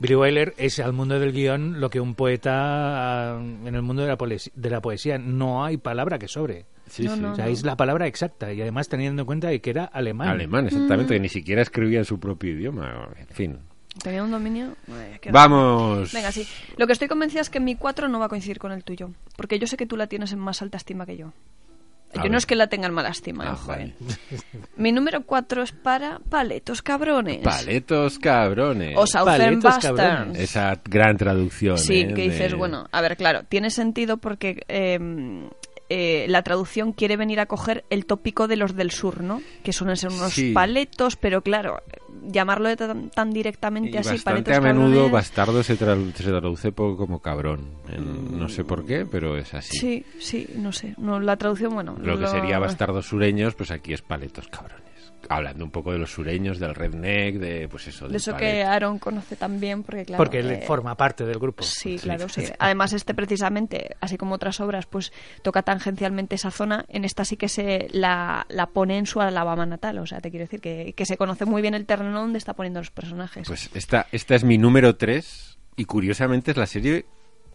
Billy Wilder es al mundo del guión lo que un poeta ah, en el mundo de la, poes- de la poesía. No hay palabra que sobre.
sí, sí.
o sea, es la palabra exacta. Y además teniendo en cuenta de que era alemán.
Mm.
Alemán, exactamente, que ni siquiera escribía en su propio idioma. En fin.
Tenía un dominio. Madre, qué
Vamos.
Venga, sí. Lo que estoy convencida es que mi 4 no va a coincidir con el tuyo. Porque yo sé que tú la tienes en más alta estima que yo.
A
yo
ver.
no es que la tenga en mala estima,
Ah,
ojo,
vale.
eh. Mi número 4 es para Paletos Cabrones.
Paletos cabrones.
o Southern
Paletos
Bastards.
Cabrones.
Esa gran traducción.
Sí,
¿eh?
que dices,
de-
bueno, a ver, claro, tiene sentido porque eh, eh, la traducción quiere venir a coger el tópico de los del sur, ¿no? Que suelen ser unos
Sí.
paletos, pero claro, llamarlo de tan, tan
Y
directamente así,
bastante
paletos
a menudo
cabrones.
bastardo se, tradu- se traduce po- como cabrón. En- no sé por qué, pero es así.
Mm. Sí, sí, no sé. No, la traducción, bueno.
Lo que
lo-
sería bastardos sureños, pues aquí es paletos cabrones. Hablando un poco de los sureños, del redneck, de pues eso.
De
del
eso que
palet.
Aaron conoce también, porque claro.
Porque él
eh,
forma parte del grupo.
Sí, claro,
[laughs]
sí. Además, este precisamente, así como otras obras, pues toca tangencialmente esa zona. En esta sí que se la, la pone en su Alabama natal. O sea, te quiero decir que, que se conoce muy bien el terreno donde está poniendo los personajes.
Pues esta, esta es mi número 3 y curiosamente es la serie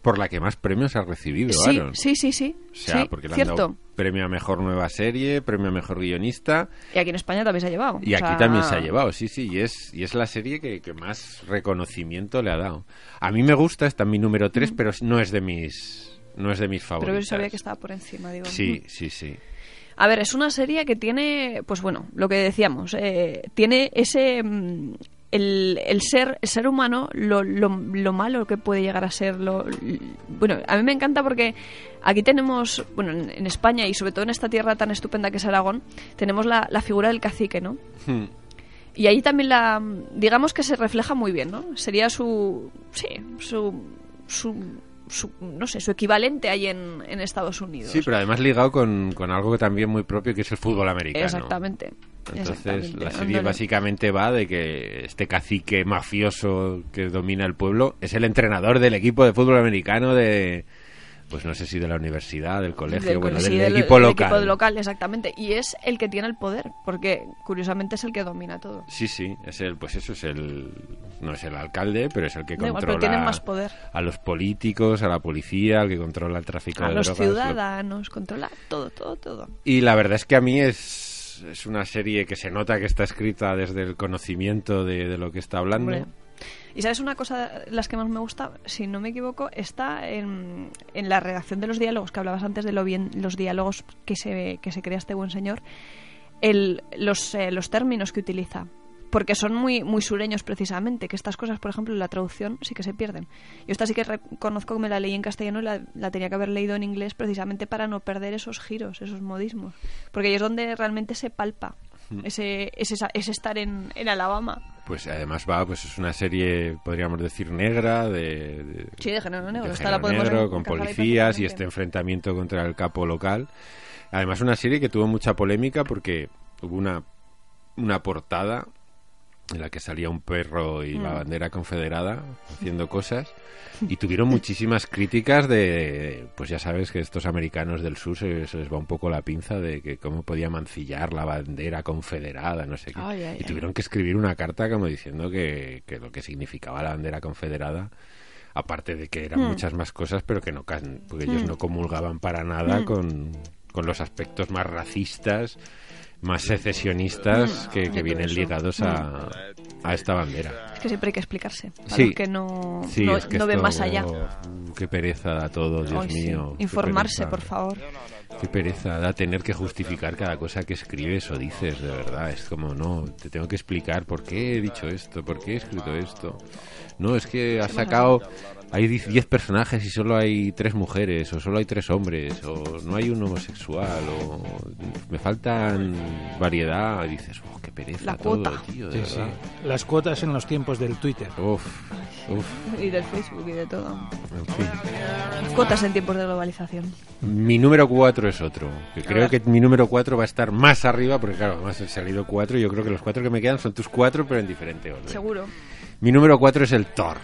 por la que más premios ha recibido
sí,
Aaron.
sí, sí, sí.
O sea,
sí,
porque le han
cierto.
dado premio a mejor nueva serie, premio a mejor guionista
Y aquí en España también se ha llevado.
y
O
aquí
sea,
también se ha llevado, sí, sí, y es, y es la serie que, que más reconocimiento le ha dado. A mí me gusta, está en mi número 3, pero no es de mis no es de mis
Pero yo
favoritas.
sabía que estaba por encima, digo.
Sí, sí, sí.
A ver, es una serie que tiene, pues bueno, lo que decíamos, eh, tiene ese... mm, el, el ser el ser humano lo, lo, lo malo que puede llegar a ser lo l- bueno a mí me encanta porque aquí tenemos bueno en, en España y sobre todo en esta tierra tan estupenda que es Aragón tenemos la, la figura del cacique no
Hmm.
y ahí también la digamos que se refleja muy bien no sería su sí su su, su- no sé su equivalente ahí en, en Estados Unidos
Sí, pero además ligado con, con algo que también muy propio, que es el fútbol americano.
Exactamente.
Entonces,
exactamente,
la serie
dándole-
básicamente va de que este cacique mafioso que domina el pueblo es el entrenador del equipo de fútbol americano de. Pues no sé si de la universidad, del colegio,
del-
bueno,
sí,
del,
del-
equipo
del
local.
equipo local, exactamente. Y es el que tiene el poder, porque curiosamente es el que domina todo.
Sí, sí, es el, pues eso es el. No es el alcalde, pero es el que
Da igual,
controla.
pero tiene más poder.
A los políticos, a la policía, al que controla el tráfico
A
de
los
drogas. lo-
ciudadanos, controla todo, todo, todo.
Y la verdad es que a mí es, es una serie que se nota que está escrita desde el conocimiento de, de lo que está hablando.
Hombre. Y sabes una cosa, de las que más me gusta, si no me equivoco, está en, en la redacción de los diálogos, que hablabas antes de lo bien, los diálogos que se, que se crea este buen señor, el, los, eh, los términos que utiliza. Porque son muy, muy sureños precisamente, que estas cosas, por ejemplo, en la traducción sí que se pierden. Yo esta sí que reconozco que me la leí en castellano y la, la tenía que haber leído en inglés precisamente para no perder esos giros, esos modismos. Porque ahí es donde realmente se palpa ese, ese, ese estar en, en Alabama.
Pues además va, pues es una serie, podríamos decir, negra, de... de-
Sí, de género negro,
de
esta la
género
podemos
negro,
en-
con
encajar ahí
policías y
perfectamente.
este enfrentamiento contra el capo local. Además una serie que tuvo mucha polémica porque hubo una, una portada en la que salía un perro y
Mm.
la bandera confederada haciendo cosas y tuvieron muchísimas críticas de pues ya sabes que estos americanos del sur se, se les va un poco la pinza de que cómo podía mancillar la bandera confederada no sé qué
Ay, ay,
y tuvieron que escribir una carta como diciendo que, que lo que significaba la bandera confederada aparte de que
Hmm.
eran muchas más cosas pero que no can- porque ellos no comulgaban para
Hmm.
nada con, con los aspectos más racistas más
Hmm.
secesionistas que, que vienen ligados a, a esta bandera.
Es que siempre hay que explicarse. Para
Sí.
los que no,
Sí,
no,
es que
no ven
esto-
más allá.
oh, qué pereza da todo, Dios
Ay, sí.
mío. qué
Informarse,
pereza.
por favor.
Qué pereza da tener que justificar cada cosa que escribes o dices, de verdad. Es como, no, te tengo que explicar por qué he dicho esto, por qué he escrito esto. No, es que has sacado. Hay 10 personajes y solo hay tres mujeres, o solo hay tres hombres, o no hay un homosexual, o me faltan variedad. Y dices, oh, qué pereza
La
todo,
cuota.
tío, de
Sí, sí.
verdad.
Las cuotas en los tiempos del Twitter.
Uf, uf,
Y del Facebook y de todo.
en fin.
Cuotas en tiempos de globalización.
Mi número 4 es otro. Que creo que mi número 4 va a estar más arriba, porque claro, además han salido 4. Yo creo que los 4 que me quedan son tus 4, pero en diferente orden.
Seguro.
Mi número 4 es el Thor.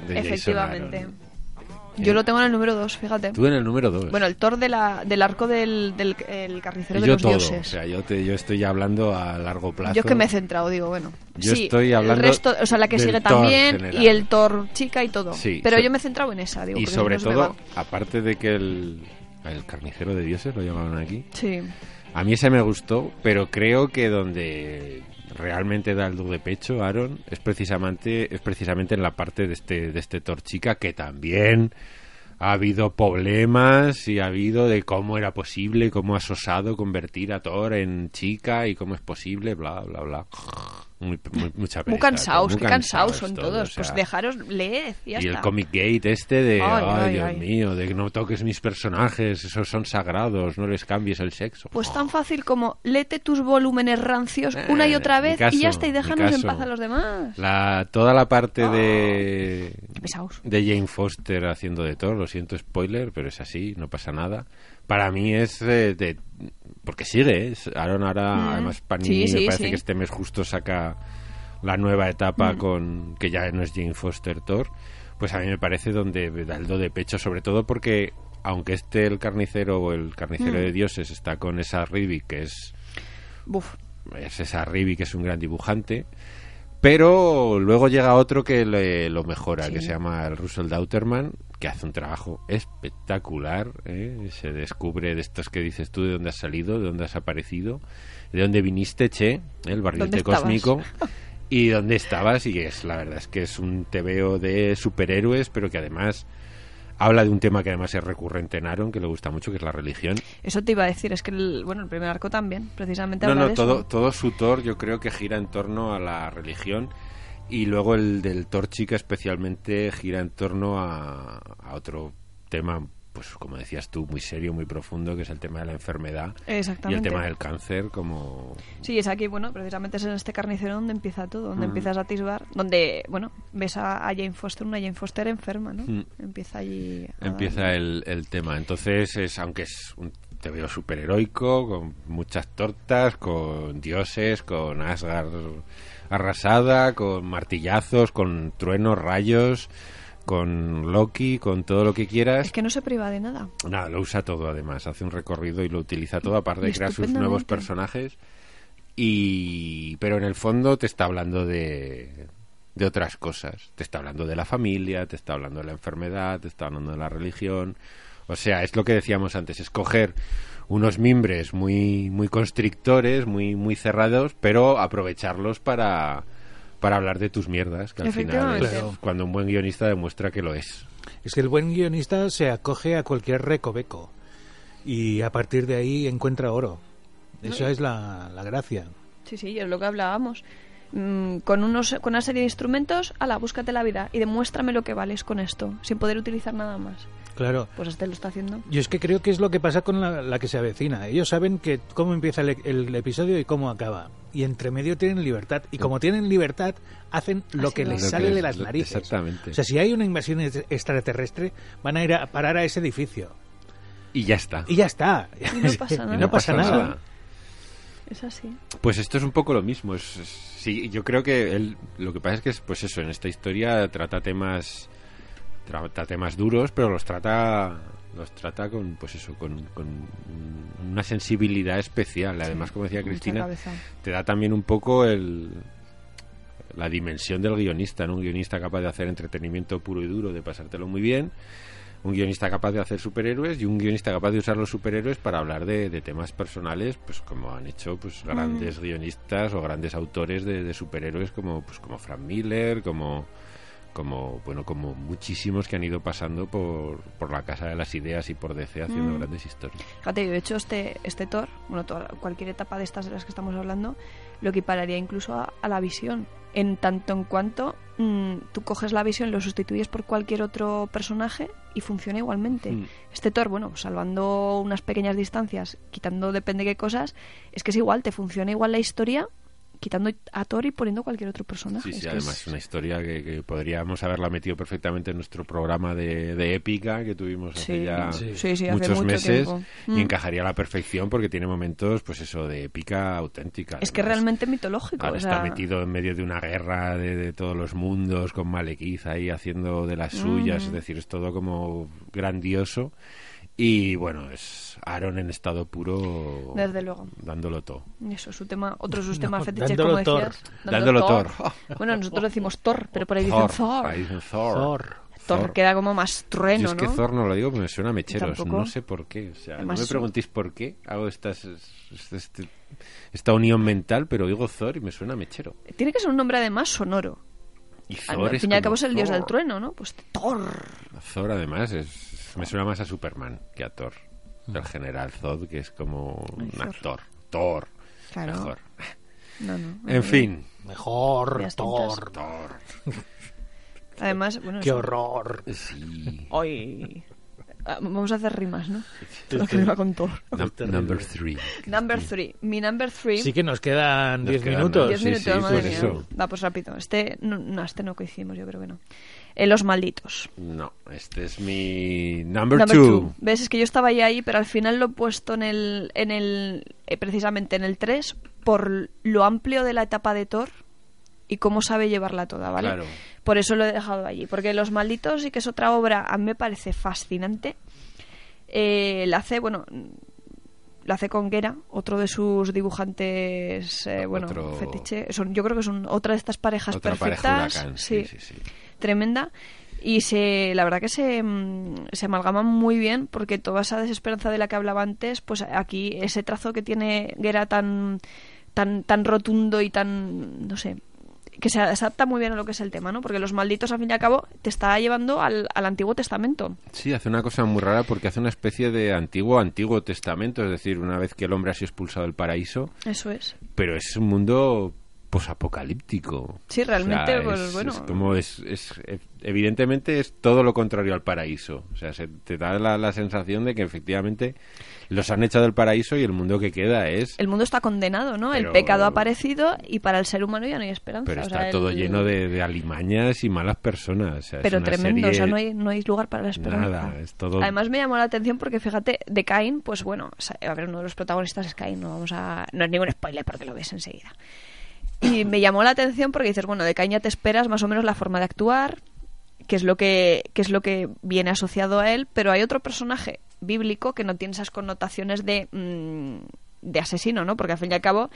de Jason
Efectivamente.
Aaron. ¿Eh?
Yo lo tengo en el número 2, fíjate.
Tú en el número 2.
Bueno, el Thor de la, del arco del, del el carnicero de
yo
los
todo. O
dioses.
sea, yo, te, yo estoy ya hablando a largo plazo.
Yo es que me he centrado, digo, bueno.
Yo
sí,
estoy hablando
El resto, o sea, la que
del
sigue
Thor
también
general.
y el Thor chica y todo.
Sí,
Pero
so-
yo me he centrado en esa, digo.
Y
porque si
sobre
no se me
todo,
va.
aparte de que el, el carnicero de dioses, lo llamaban aquí,
Sí.
A mí ese me gustó, pero creo que donde realmente da el do de pecho Aaron es precisamente es precisamente en la parte de este de este Torchica que también ha habido problemas y ha habido de cómo era posible, cómo has osado convertir a Thor en chica y cómo es posible, bla bla bla. Muy, muy- mucha
Muy
pereza,
cansados,
muy
qué cansados son
todo,
todos.
o sea,
Pues dejaros leer, ya
y
está.
el comic gate este de, ay,
Ay, ay,
Dios
ay.
mío, de que no toques mis personajes, esos son sagrados, no les cambies el sexo.
Pues tan fácil como lete tus volúmenes rancios una y otra
ni
vez
Eh, caso,
y ya está, y
ni
déjanos en
caso.
paz a los demás.
La, toda la parte de,
Qué pesados.
de Jane Foster haciendo de todo, lo siento spoiler, pero es así, no pasa nada. Para mí es eh, de... Porque sigue, ¿eh? Es- Aaron ahora,
Mm.
además Panini
Sí, sí,
me parece
sí.
que este mes justo saca la nueva etapa con que ya no es Jane Foster Thor, pues a mí me parece donde da el do de pecho, sobre todo porque aunque este el carnicero o el carnicero de dioses está con esa Ribby que es
Buf.
es esa Ribi que es un gran dibujante. Pero luego llega otro que le- lo mejora, que se llama el Russell Dauterman, que hace un trabajo espectacular. ¿eh? Se descubre de estos que dices tú, de dónde has salido, de dónde has aparecido, de dónde viniste, Che, ¿eh? el barrilete
¿Dónde estabas? [laughs]
cósmico, y dónde estabas. Y es la verdad es que es un tebeo de superhéroes, pero que además habla de un tema que además es recurrente en Aaron, que le gusta mucho, que es la religión.
Eso te iba a decir, es que el, bueno, el primer arco también, precisamente
No,
habla
no,
de
todo,
eso.
todo su Thor yo creo que gira en torno a la religión y luego el del Thor chica especialmente gira en torno a, a otro tema, pues como decías tú, muy serio, muy profundo, que es el tema de la enfermedad y el
Exactamente.
tema del cáncer como...
Sí, es aquí, bueno, precisamente es en este carnicero donde empieza todo, donde
Mm.
empiezas a atisbar, donde, bueno, ves a, a Jane Foster, una Jane Foster enferma, ¿no?
Mm.
Empieza allí. a
Empieza
darle.
el, el tema. Entonces, es aunque es un te veo superheroico, con muchas tortas, con dioses, con Asgard arrasada, con martillazos, con truenos, rayos, con Loki, con todo lo que
Es
quieras.
que no se priva de nada.
Nada, lo usa todo además, hace un recorrido y lo utiliza todo, aparte de
Y
crear sus nuevos
estupendamente.
personajes. Y pero en el fondo te está hablando de de otras cosas, te está hablando de la familia, te está hablando de la enfermedad, te está hablando de la religión. O sea, es lo que decíamos antes, escoger unos mimbres muy muy constrictores, muy muy cerrados, pero aprovecharlos para para hablar de tus mierdas, que al final es
Efectivamente.
Claro.
cuando un buen guionista demuestra que lo es.
Es que el buen guionista se acoge a cualquier recoveco y a partir de ahí encuentra oro. Eso es la, la gracia.
Sí, sí, es lo que hablábamos. Mm, con, unos, con una serie de instrumentos, ala, búscate la vida y demuéstrame lo que vales con esto, sin poder utilizar nada más.
Claro.
Pues este lo está haciendo.
Yo es que creo que es lo que pasa con la, la que se avecina. Ellos saben que cómo empieza el, el episodio y cómo acaba. Y entre medio tienen libertad. Y como tienen libertad, hacen lo
Así
que
va.
les
Lo que
sale
les-
de las
lo-
narices.
exactamente.
O sea, si hay una invasión ex- extraterrestre, van a ir a parar a ese edificio.
Y ya está.
Y ya está.
Y no pasa
[laughs] Y
nada.
no pasa nada.
Es así.
Pues esto es un poco lo mismo. Es, es- sí, yo creo que él- lo que pasa es que, es, pues eso, en esta historia trata temas trata temas duros, pero los trata los trata con pues eso con, con una sensibilidad especial. Además, como decía
mucha
Cristina,
cabeza.
te da también un poco el la dimensión del guionista, ¿no? Un guionista capaz de hacer entretenimiento puro y duro, de pasártelo muy bien, un guionista capaz de hacer superhéroes y un guionista capaz de usar los superhéroes para hablar de, de temas personales, pues como han hecho pues grandes guionistas o grandes autores de, de superhéroes como pues como Frank Miller, como como bueno como muchísimos que han ido pasando por, por la casa de las ideas y por DC haciendo grandes historias.
Fíjate, de hecho, este, este Thor, bueno, toda- cualquier etapa de estas de las que estamos hablando, lo equipararía incluso a, a la visión. En tanto en cuanto mm, tú coges la visión, lo sustituyes por cualquier otro personaje y funciona igualmente.
Mm.
Este Thor, bueno, salvando unas pequeñas distancias, quitando depende qué cosas, es que es igual, te funciona igual la historia, quitando a Thor y poniendo cualquier otro personaje.
Sí,
Es
sí,
que
además
es-
es una historia que, que podríamos haberla metido perfectamente en nuestro programa de, de épica que tuvimos hace
Sí.
ya
Sí. Sí, sí, hace
muchos
mucho
meses
tiempo.
y
Mm.
encajaría a la perfección porque tiene momentos, pues eso, de épica auténtica.
Es que
Además,
realmente mitológico.
Ahora
o sea,
está metido en medio de una guerra de, de todos los mundos con Malekith ahí haciendo de las suyas,
Mm.
es decir, es todo como grandioso y bueno, es Aaron en estado puro
Desde luego.
dándolo todo.
Eso, su tema, otro de sus
No,
temas fetiches,
dándolo
como decías.
Thor.
Dándolo
[laughs] Bueno, nosotros decimos Thor, pero por ahí dicen Thor.
ahí
Thor,
dicen Thor.
Thor.
queda como más trueno,
Yo es que
¿no?
Thor no lo digo porque me suena a mecheros.
Tampoco.
No sé por qué. O sea,
Además,
no me
es un-
preguntéis por qué hago estas, este- este- esta unión mental, pero digo Thor y me suena a mechero.
Tiene que ser un nombre además sonoro.
Y
Al
Thor es
fin y al
como
cabo es el dios
Thor.
del trueno, ¿no? Pues Thor.
Thor, además, es, me suena más a Superman que a Thor. El general Zod, que es como un
Thor.
actor. Thor.
Claro.
Mejor.
No, no.
En fin.
Mejor,
Las
Thor.
Además, bueno,
Qué
eso-
horror.
Sí.
Ay. Ah, Vamos a hacer rimas, ¿no? Lo que rima con Thor.
number three.
Number three. Mi number three.
Sí que nos quedan
Nos
10
quedan
minutos.
Diez
sí,
minutos,
sí,
madre
por
mía.
eso.
Va, pues rápido. Este no, no, este no coincidimos, yo creo que no. Eh, los malditos.
No, este es mi number,
Number
two.
two. ¿Ves? Es que yo estaba ya ahí, pero al final lo he puesto en el, en el eh, precisamente en el 3 por lo amplio de la etapa de Thor y cómo sabe llevarla toda, ¿vale?
Claro.
Por eso lo he dejado allí. Porque Los Malditos sí que es otra obra, a mí me parece fascinante. Eh, la hace, bueno, la hace con Guera, otro de sus dibujantes, eh, bueno,
Ah, Otro-
fetiche. Son, yo creo que son otra de estas parejas
Otra
perfectas.
pareja huracán. Sí, sí, sí.
Tremenda. Y se, la verdad que se, mm, se amalgaman muy bien porque toda esa desesperanza de la que hablaba antes, pues aquí ese trazo que tiene Guera tan, tan, tan rotundo y tan, no sé, que se adapta muy bien a lo que es el tema, ¿no? Porque los malditos, al fin y al cabo, te está llevando al, al Antiguo Testamento.
Sí, hace una cosa muy rara porque hace una especie de antiguo, antiguo testamento, es decir, una vez que el hombre ha sido expulsado del paraíso,
Eso es.
pero es un mundo posapocalíptico.
Sí, realmente,
es,
pues, bueno.
es como es, es- evidentemente es todo lo contrario al paraíso. O sea, se te da la, la sensación de que efectivamente los han echado del paraíso y el mundo que queda es.
El mundo está condenado, ¿no?
Pero-
El pecado ha aparecido y para el ser humano ya no hay esperanza.
Pero
O
está
sea, el-
todo lleno de, de alimañas y malas personas. O sea, es
Pero
una
tremendo, o sea,
serie-
no hay, no hay lugar para la esperanza.
Nada, es todo.
Además me llamó la atención porque fíjate, de Cain, pues bueno, sa- a ver, uno de los protagonistas es Cain, no vamos a no es ningún spoiler porque lo ves enseguida. Y me llamó la atención porque dices, bueno, de Cain ya te esperas más o menos la forma de actuar, que es lo que que es lo que viene asociado a él, pero hay otro personaje bíblico que no tiene esas connotaciones de mm, de asesino, ¿no? Porque al fin y al cabo,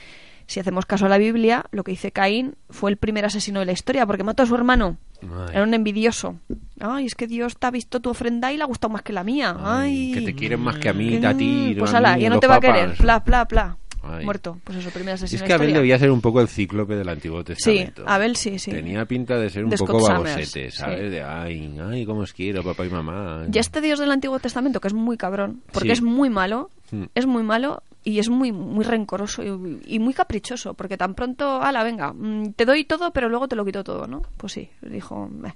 si hacemos caso a la Biblia, lo que dice Caín fue el primer asesino de la historia porque mató a su hermano.
Ay.
Era un envidioso. Ay, es que Dios te ha visto tu ofrenda y le ha gustado más que la mía. Ay,
que te quieren más que a mí,
que-
a ti.
Pues
a mí,
ala, ya no
los
te va a
papas.
querer. Pla, pla, pla.
Ay.
Muerto. Pues eso, primer asesino
Es
de
que Abel
historia.
debía ser un poco el cíclope del Antiguo Testamento.
Abel sí, sí.
Tenía pinta de ser un
De
poco
Scott
babosete,
Summers,
¿sabes?
sí.
De, ay, ay, cómo os quiero, papá y mamá.
Ya este Dios del Antiguo Testamento, que es muy cabrón, porque
Sí.
es muy malo,
Hmm.
es muy malo y es muy muy rencoroso y, y muy caprichoso, porque tan pronto, ala, venga, mm, te doy todo, pero luego te lo quito todo, ¿no? Pues sí, dijo, "Meh".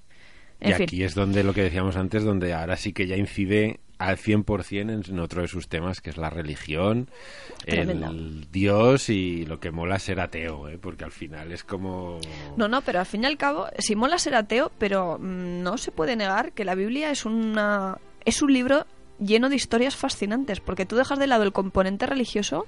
Y
en fin.
aquí es donde lo que decíamos antes, donde ahora sí que ya incide al 100% en otro de sus temas, que es la religión,
Tremendo.
el Dios y lo que mola ser ateo, ¿eh? porque al final es como...
No, no, pero al fin y al cabo, si mola ser ateo, pero mm, no se puede negar que la Biblia es una es un libro lleno de historias fascinantes, porque tú dejas de lado el componente religioso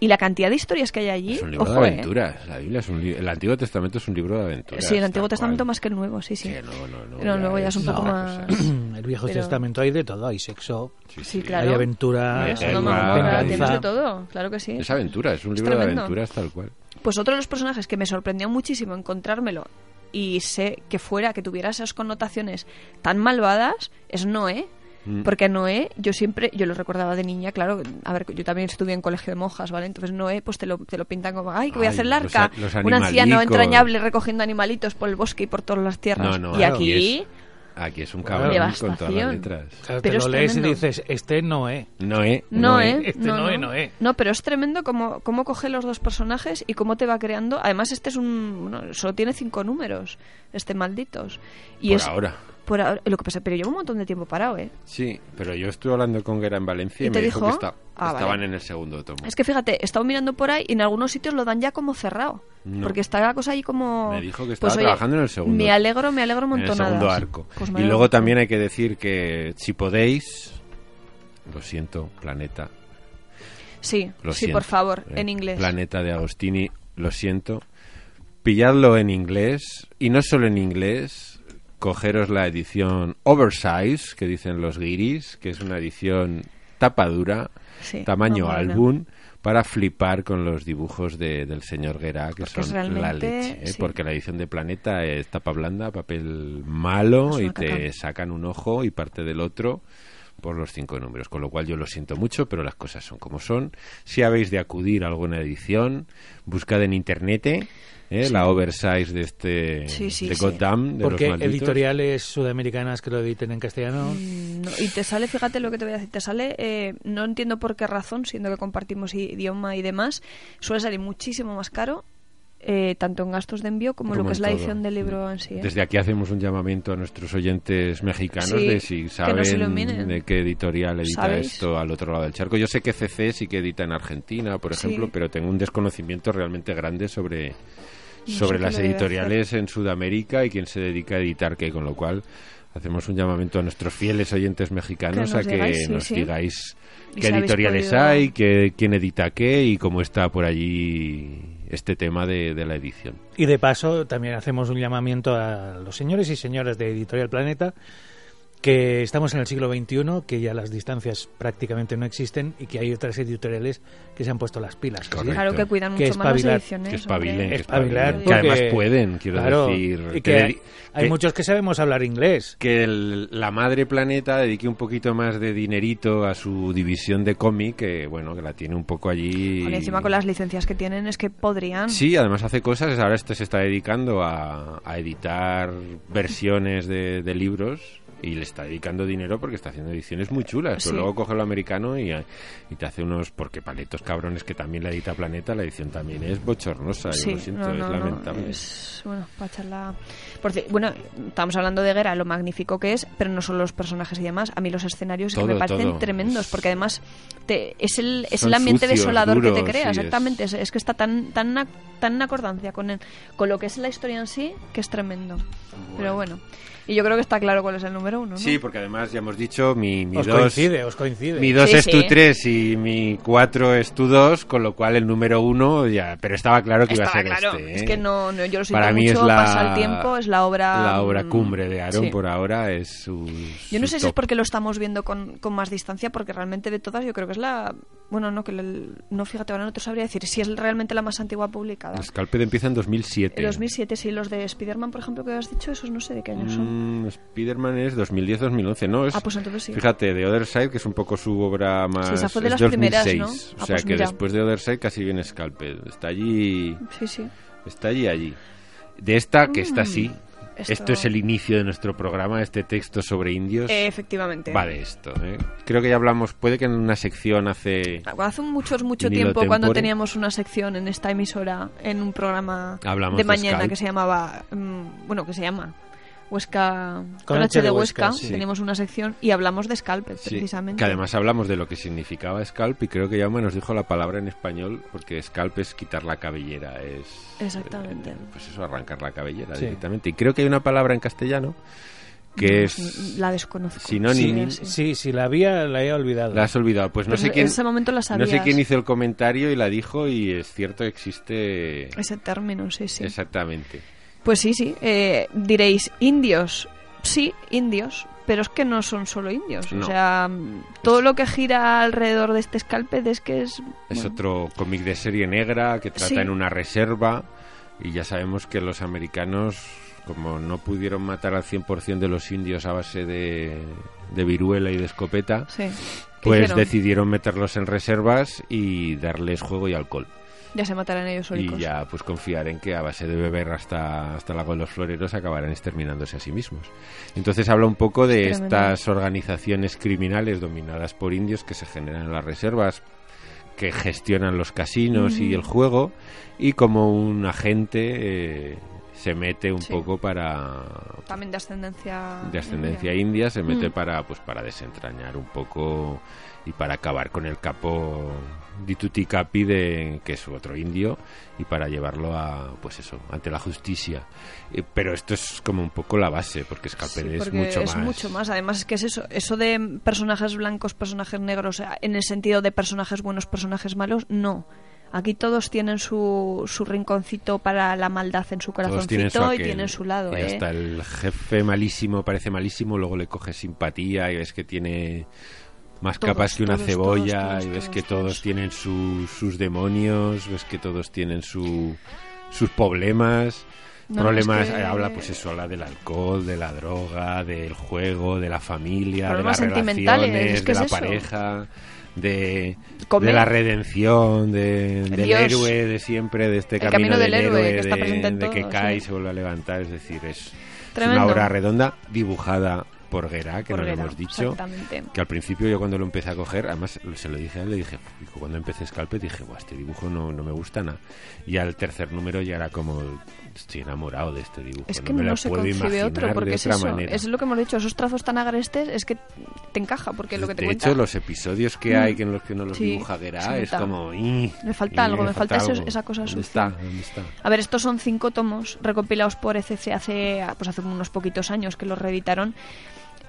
y la cantidad de historias que hay allí.
es un libro
ojo,
de
eh.
aventuras. La Biblia es un li- El Antiguo Testamento es un libro de aventuras.
Sí, el Antiguo
tal
Testamento
cual.
más que el Nuevo, sí, sí.
Sí, no, no, no,
Pero luego ya es un poco
otra
más-
cosa.
[clears throat] El Viejo
Pero-
Testamento hay de todo, hay sexo,
Sí,
Sí,
sí.
claro.
hay aventura,
Hay
Eso, no,
guerra,
no, no,
venganza.
tienes de todo, claro que sí.
Es aventura, es un
Es
libro de
tremendo.
aventuras tal cual.
Pues otro de los personajes que me sorprendió muchísimo encontrármelo y sé que fuera, que tuviera esas connotaciones tan malvadas, es Noé.
Mm.
Porque Noé, yo siempre, yo lo recordaba de niña, claro, a ver, yo también estuve en colegio de monjas, ¿vale? Entonces Noé, pues te lo, te lo pintan como, ay, que voy a
Ay,
hacer el
los
arca,
a- los
un anciano
animalicos.
entrañable recogiendo animalitos por el bosque y por todas las tierras.
No, no,
y
aquí
aquí,
es- Aquí es un cabrón con todas las
Devastación.
letras.
Claro, te
Pero
lo
es
lees
tremendo.
y dices, este no es.
Noé.
No,
Noé.
¿eh?
Este no, eh, no, eh.
No, pero es tremendo cómo, cómo coge los dos personajes y cómo te va creando. Además, este es un. bueno, solo tiene cinco números, este malditos. Y
Por
es,
ahora.
Por ahora. Lo que pasa, pero llevo un montón de tiempo parado, ¿eh?
Sí, pero yo estuve hablando con Guerra en Valencia y,
¿Y
me
te
dijo,
dijo?
que esta-
Ah,
estaban
vale.
en el segundo tomo.
Es que fíjate, he estado mirando por ahí y en algunos sitios lo dan ya como cerrado.
No.
Porque está la cosa ahí como. pues
Me dijo que estaba
oye,
trabajando en el segundo.
Me alegro, me alegro
en el
montonadas.
segundo arco.
Pues me
y
alegro.
luego también hay que decir que si podéis, lo siento, planeta,
Sí,
Lo
sí,
siento.
por favor,
Eh,
en inglés.
Planeta de Agostini, lo siento. Pilladlo en inglés, y no solo en inglés, cogeros la edición oversize, que dicen los guiris, que es una edición tapa dura,
Sí,
tamaño
vamos a ver.
álbum, para flipar con los dibujos de- del señor Guerá, que
Porque es
son la
realmente-
leche. ¿eh?
sí.
Porque la edición de Planeta es tapa blanda, papel malo,
Es
y
una
te
caca.
sacan un ojo y parte del otro por los cinco números, con lo cual yo lo siento mucho, pero las cosas son como son. Si habéis de acudir a alguna edición, buscad en internet eh, la oversize de este
Sí, sí,
de
sí.
Goddam, de
Porque
los malditos.
editoriales sudamericanas que lo editen en castellano.
No, y te sale, fíjate lo que te voy a decir, te sale, eh, no entiendo por qué razón, siendo que compartimos idioma y demás, suele salir muchísimo más caro eh, tanto en gastos de envío como, lo
Como
que
en
es la
todo.
edición del libro en sí. ¿eh?
Desde aquí hacemos un llamamiento a nuestros oyentes mexicanos
Sí,
de si
que nos
saben
iluminen.
de qué editorial edita
¿Sabéis?
esto al otro lado del charco. Yo sé que CC sí que edita en Argentina, por
Sí.
ejemplo, pero tengo un desconocimiento realmente grande sobre,
No sé
sobre
qué
las
lo debe
editoriales en Sudamérica y quién se dedica a editar qué, con lo cual hacemos un llamamiento a nuestros fieles oyentes mexicanos
Que nos
a que
digáis, sí,
nos
sí.
digáis
Y
qué
si habéis
editoriales
podido-
hay, qué, quién edita qué y cómo está por allí este tema de- de la edición.
Y de paso, también hacemos un llamamiento a los señores y señoras de Editorial Planeta, que estamos en el siglo XXI, que ya las distancias prácticamente no existen y que hay otras editoriales que se han puesto las pilas. que sí,
Correcto.
Claro que cuidan
Que
mucho más las
espabilar-
ediciones.
que espabilen,
hombre.
que
Espabilar,
espabilen. Que además
porque-
pueden, quiero
claro,
decir.
y
que
que
dedi-
hay, hay
que-
muchos que sabemos hablar inglés.
Que el- la madre planeta dedique un poquito más de dinerito a su división de cómic, que bueno, que la tiene un poco allí.
Joder, encima con las licencias que tienen es que podrían.
Sí, además hace cosas. Ahora esto se está dedicando a, a editar versiones de, de libros y le está dedicando dinero porque está haciendo ediciones muy chulas. Pero
Sí.
luego coge lo americano y, y te hace unos porque paletos cabrones que también la edita Planeta. La edición también es bochornosa.
Sí,
yo lo siento,
no, no,
es
no,
lamentable.
es- bueno, para charla. Por ci- bueno, estamos hablando de Guerra, lo magnífico que es, pero no solo los personajes y demás. A mí los escenarios es que
Todo,
me parecen
todo.
tremendos,
Es-
porque además te- es el, es
Son
el ambiente
sucios,
desolador que te
duros,
crea,
sí,
exactamente. Es, es que está tan, tan, a- tan en acordancia con, el- con lo que es la historia en sí que es tremendo. Pero bueno, y yo creo que está claro cuál es el número uno. ¿no?
Sí, porque además ya hemos dicho, mi, mi
Os
dos,
coincide, os coincide.
mi dos
Sí,
es tu
sí.
3 y mi 4 es tu 2, con lo cual el número 1 ya... Pero estaba claro que
Estaba
iba a ser
claro,
este.
es
¿eh?
que no, no, yo lo siento
Para mí
mucho,
es la,
pasa el tiempo, es la obra...
La obra
mm,
cumbre de Aaron
sí.
por ahora es su...
Yo no sé si es
porque
porque lo estamos viendo con, con más distancia, porque realmente de todas yo creo que es la... Bueno, no, que el- no, fíjate, ahora no te sabría decir si es realmente la más antigua publicada.
Scalped empieza en 2007.
El 2007, sí, los de Spider-Man, por ejemplo, que has dicho, esos no sé de qué año son.
Mm, Spider-Man es 2010-2011, ¿no? Es,
Ah, pues entonces sí.
Fíjate, The Other Side, que es un poco su obra más...
esa fue de
es
las
2006,
primeras, ¿no?
O
Ah,
sea
pues
que
mira.
después de Other Side casi viene Scalped. Está allí...
Sí, sí.
Está allí, allí. De esta, que está así.
Mm, esto-
Esto es el inicio de nuestro programa, este texto sobre indios.
Eh, efectivamente.
va de esto. ¿eh? Creo que ya hablamos, puede que en una sección hace...
Hace muchos, mucho
Vinilo
tiempo, cuando
tempore.
teníamos una sección en esta emisora, en un programa
Hablamos
de
de
mañana
Skype.
que se llamaba, mm, bueno, que se llama Huesca,
Con
con
H
H
de
de
Huesca,
Huesca,
sí.
teníamos una sección y hablamos de Scalpel,
Sí,
precisamente.
que además hablamos de lo que significaba scalp y creo que Yauma nos dijo la palabra en español porque scalp es quitar la cabellera, es...
Exactamente.
eh, pues eso, arrancar la cabellera
Sí.
directamente. Y creo que hay una palabra en castellano que es...
Mm, La desconozco.
sinónimo.
Sí, sí.
Sí, sí, la había, la he olvidado.
La has olvidado. Pues no
Pero
sé quién...
En ese momento la
No
sabías.
sé quién hizo el comentario y la dijo y es cierto, existe...
Ese término, sí, sí.
Exactamente.
Pues sí, sí. eh, diréis, indios. Sí, indios. Pero es que no son solo indios.
No.
O sea, todo lo que gira alrededor de este Scalpel es que es.
Es
bueno,
otro cómic de serie negra que trata
Sí.
en una reserva y ya sabemos que los americanos, como no pudieron matar al 100% de los indios a base de, de viruela y de escopeta,
Sí. ¿Qué
pues
hicieron?
decidieron meterlos en reservas y darles juego y alcohol.
Ya se matarán ellos solicos.
Y ya pues confiar en que a base de beber hasta, hasta la con los floreros acabarán exterminándose a sí mismos. Entonces habla un poco de
Es tremendo.
estas organizaciones criminales dominadas por indios que se generan en las reservas, que gestionan los casinos y el juego, y como un agente eh, se mete un
Sí.
poco para
También de ascendencia.
de ascendencia
india.
india se mete
Mm.
para pues para desentrañar un poco y para acabar con el capo Dituti Capi de que es otro indio y para llevarlo a pues eso ante la justicia Eh, pero esto es como un poco la base porque Scalpel
Sí,
es
porque
mucho
es
más
mucho más. Además, es que es eso, eso de personajes blancos, personajes negros, eh, en el sentido de personajes buenos, personajes malos, no. Aquí todos tienen su, su rinconcito para la maldad en su
Todos
corazoncito
tienen
y
su aquel.
tienen su lado.
Y
¿eh?
hasta el jefe malísimo parece malísimo luego le coges simpatía y ves que tiene más
Todos,
capas que una
todos,
cebolla
todos, todos,
y ves que
todos,
todos,
todos.
tienen su- sus demonios ves que todos tienen su- sus problemas
No,
problemas
es que-
eh, habla pues eso habla del alcohol de la droga del juego de la familia
Problemas
de las
sentimentales,
relaciones
es que
de la
es eso.
pareja de,
Comer.
de la redención de- del
Dios.
héroe de siempre de este
El
camino, del, héroe,
que está
de-
presente en
de que
todo,
cae y
sí.
se vuelve a levantar es decir es, es
Tremendo.
una obra redonda dibujada Porguera, que no
Porguera,
lo hemos dicho.
exactamente.
Que al principio yo cuando lo empecé a coger, además se lo dije a él, le dije, "Fijo, cuando empecé Scalped dije, "Buah, este dibujo no, no me gusta nada. Y al tercer número ya era como, estoy enamorado de este dibujo.
Es que
no
no,
me lo
se
puedo
concibe
imaginar
otro, porque
de
es
otra
eso.
manera.
Es lo que hemos dicho, esos trazos tan agrestes es que te encaja, porque es lo que te
de
cuenta. Mm.
hecho, los episodios que hay que en los que no los
Sí,
dibuja Gerard
se
es
nota.
como... "Ih,
Me falta
ih,
algo, me falta eso-
algo".
esa cosa
¿Dónde
sucia.
está? ¿Dónde está?
A ver, estos son cinco tomos recopilados por ECC hace, pues hace unos poquitos años que los reeditaron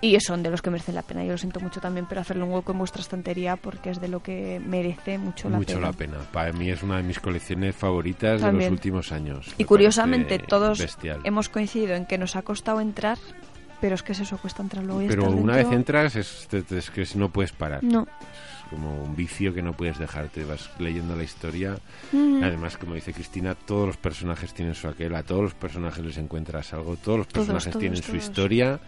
y son de los que merecen la pena. Yo lo siento mucho también, pero hacerle un hueco en vuestra estantería porque es de lo que merece mucho la
Mucho
pena.
la pena. Para mí es una de mis colecciones favoritas de los
También.
últimos años.
Y
Me
curiosamente
parece
todos
bestial.
hemos coincidido en que nos ha costado entrar, pero es que es eso, cuesta entrar luego. y
Pero
estar
una vez
dentro-
entras es, te- te- es que es- no puedes parar.
No.
Es como un vicio que no puedes dejarte. Vas leyendo la historia. Además, como dice Cristina, todos los personajes tienen su aquel. A todos los personajes les encuentras algo. Todos los
Todos,
personajes
todos,
tienen su
todos.
historia.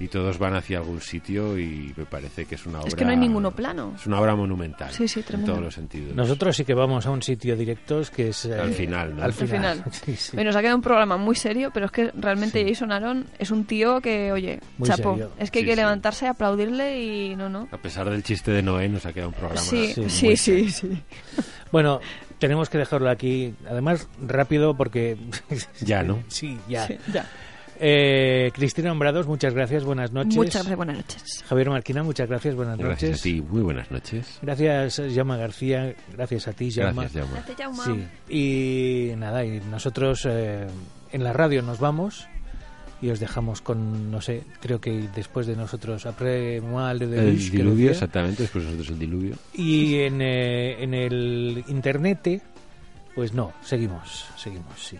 Y todos van hacia algún sitio y me parece que es una obra...
Es que no hay ninguno plano.
Es una obra monumental.
Sí, sí,
En
tremendo.
todos los sentidos.
Nosotros sí que vamos a un sitio directos que es... eh,
Al final, ¿no?
Al
Al
final.
final.
[laughs] Sí, sí.
Hoy nos ha quedado un programa muy serio, pero es que realmente Jason Aaron es un tío que, oye,
Muy
chapo,
serio.
es que hay
Sí,
que
sí.
levantarse, aplaudirle y no, no.
A pesar del chiste de Noé, nos ha quedado un programa...
Sí,
sí,
sí,
muy
sí, sí.
Bueno, tenemos que dejarlo aquí. Además, rápido porque... [laughs]
Ya, ¿no?
sí, ya.
Sí, ya.
Eh, Cristina Hombrados, muchas gracias, buenas noches.
Muchas gracias, buenas noches.
Javier Marquina, muchas gracias, buenas
Gracias
noches.
a ti, muy buenas noches.
Gracias, Yama García. Gracias a ti, Yama.
Gracias, Jaume.
Sí. Y nada, y nosotros eh, en la radio nos vamos y os dejamos con, no sé, creo que después de nosotros, après moi le
El
deluge, creo
diluvio,
que.
exactamente, después nosotros el diluvio.
Y en, eh, en el internet, pues no, seguimos, seguimos, sí.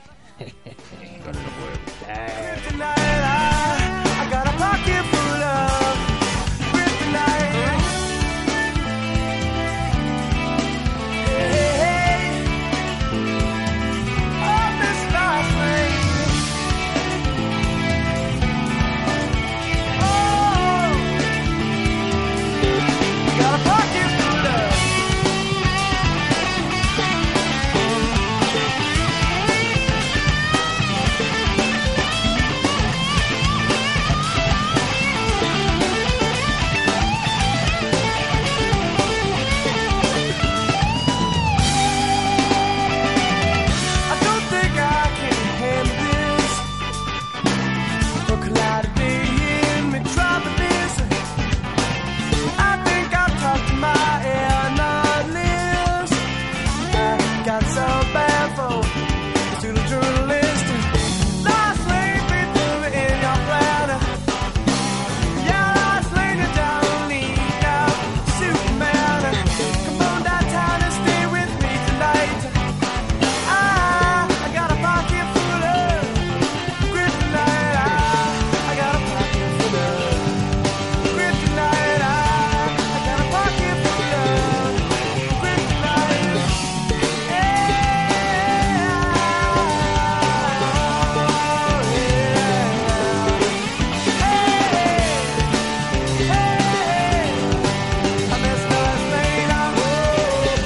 I don't think I can handle this. Look out in me this. I think I've talked to my analyst. I got so bad for the journalist. Last lane people in your plan. Yeah, last lane you don't need no Superman. Come on downtown and stay with me tonight. Ah, I got a pocket full of kryptonite. I got a pocket full of kryptonite. I got a pocket full of kryptonite. I messed up, made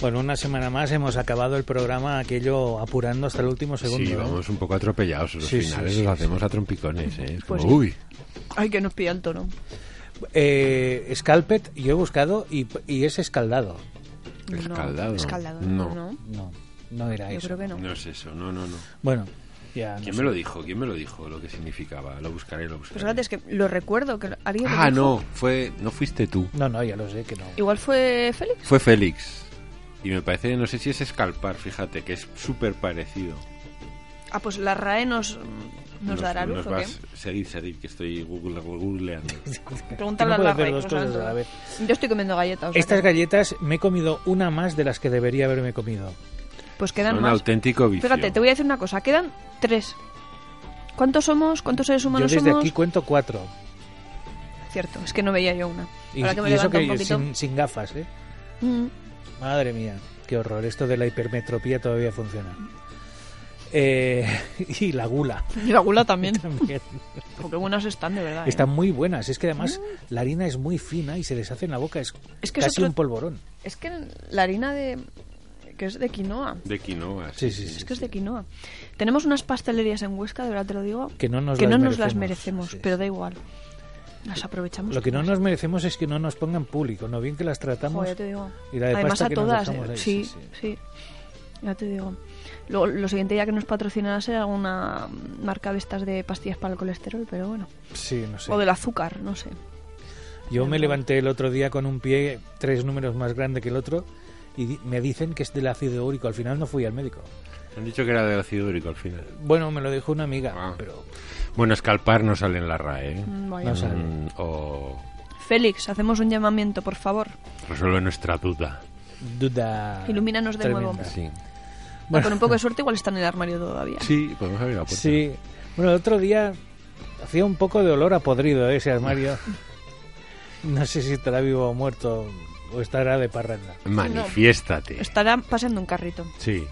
Bueno, una semana más hemos acabado el programa, aquello apurando hasta el último segundo.
Sí,
¿eh?
vamos un poco atropellados. Los
Sí, sí,
finales
sí,
los
sí.
hacemos a trompicones, ¿eh? Es como,
Pues sí.
uy,
Ay, que nos pilla el tono.
Eh, Scalped, yo he buscado y, y es escaldado.
escaldado.
No, escaldado.
No.
No, no era
Yo
eso.
creo que no.
no es eso, no, no, no.
Bueno, ya. no
¿Quién
sé.
me lo dijo? ¿Quién me lo dijo lo que significaba? Lo buscaré, lo
Pues
buscaré.
fíjate, es que lo recuerdo, que alguien lo
ah,
dijo.
no, fue, no fuiste tú.
No, no, ya lo sé que no.
Igual fue Félix.
Fue Félix. Y me parece, no sé si es escalpar, fíjate, que es súper parecido.
Ah, pues la RAE nos, nos, dará luz, ¿o qué?
vas- Seguid, seguid, que estoy google,
[laughs]
googleando.
Pregúntale
No
a la RAE.
puedo hacer dos
que nos
cosas
saben
a la vez.
todo. Yo estoy comiendo galletas. o sea
Estas
que-
galletas me he comido una más de las que debería haberme comido.
Pues quedan
Un
más.
auténtico vicio.
Fíjate, te voy a decir una cosa. Quedan tres. ¿Cuántos somos? ¿Cuántos seres
Yo
humanos
desde
somos?
aquí cuento cuatro.
Cierto, es que no veía yo una.
Y,
Ahora que me
y eso
levanto
que
un poquito.
sin, sin gafas, ¿eh?
Mm.
Madre mía, qué horror. Esto de la hipermetropía todavía funciona. Eh, [laughs] y la gula.
Y Mm, [laughs] la gula también.
[laughs] también.
Jo, qué buenas están, de verdad. ¿eh?
Están muy buenas. Es que además la harina es muy fina y se deshace en la boca. Es,
Es que es
casi
otro-
un polvorón.
Es que la harina de. que es de quinoa.
De quinoa.
Sí, sí, sí.
Es que es de quinoa. Tenemos unas pastelerías en Huesca, de verdad te lo digo.
Que no nos
que
las
no nos las
merecemos,
merecemos,
sí.
pero da igual. Las aprovechamos.
Lo que no
todas.
nos merecemos es que no nos pongan público, no bien que las tratamos.
Jo, ya te digo.
Y la de
Además
pasta
a
que nos
todas.
dejamos
eh,
ahí,
sí,
sí,
sí, Ya te digo. Luego, lo siguiente ya que nos patrocinará será alguna marca de estas de pastillas para el colesterol, pero bueno.
Sí, no sé.
O del azúcar, no sé.
Yo me levanté el otro día con un pie tres números más grande que el otro y di- me dicen que es del ácido úrico. Al final no fui al médico.
Han dicho que era de ácido úrico al final.
Bueno, me lo dijo una amiga,
Ah.
pero
Bueno, escalpar no sale en la RAE. ¿eh?
Mm, vaya.
no sabe.
Mm, o
Félix, hacemos un llamamiento, por favor.
resuelve nuestra duda.
Duda.
Ilumínanos de
tremenda.
nuevo.
Sí.
Bueno.
Con un poco de suerte igual está en el armario todavía.
Sí, podemos abrir la puerta.
Sí. Bueno, el otro día hacía un poco de olor a podrido ¿eh? ese
[laughs]
armario. No sé si estará vivo o muerto o estará de parranda.
Manifiéstate.
Estará pasando un carrito.
Sí.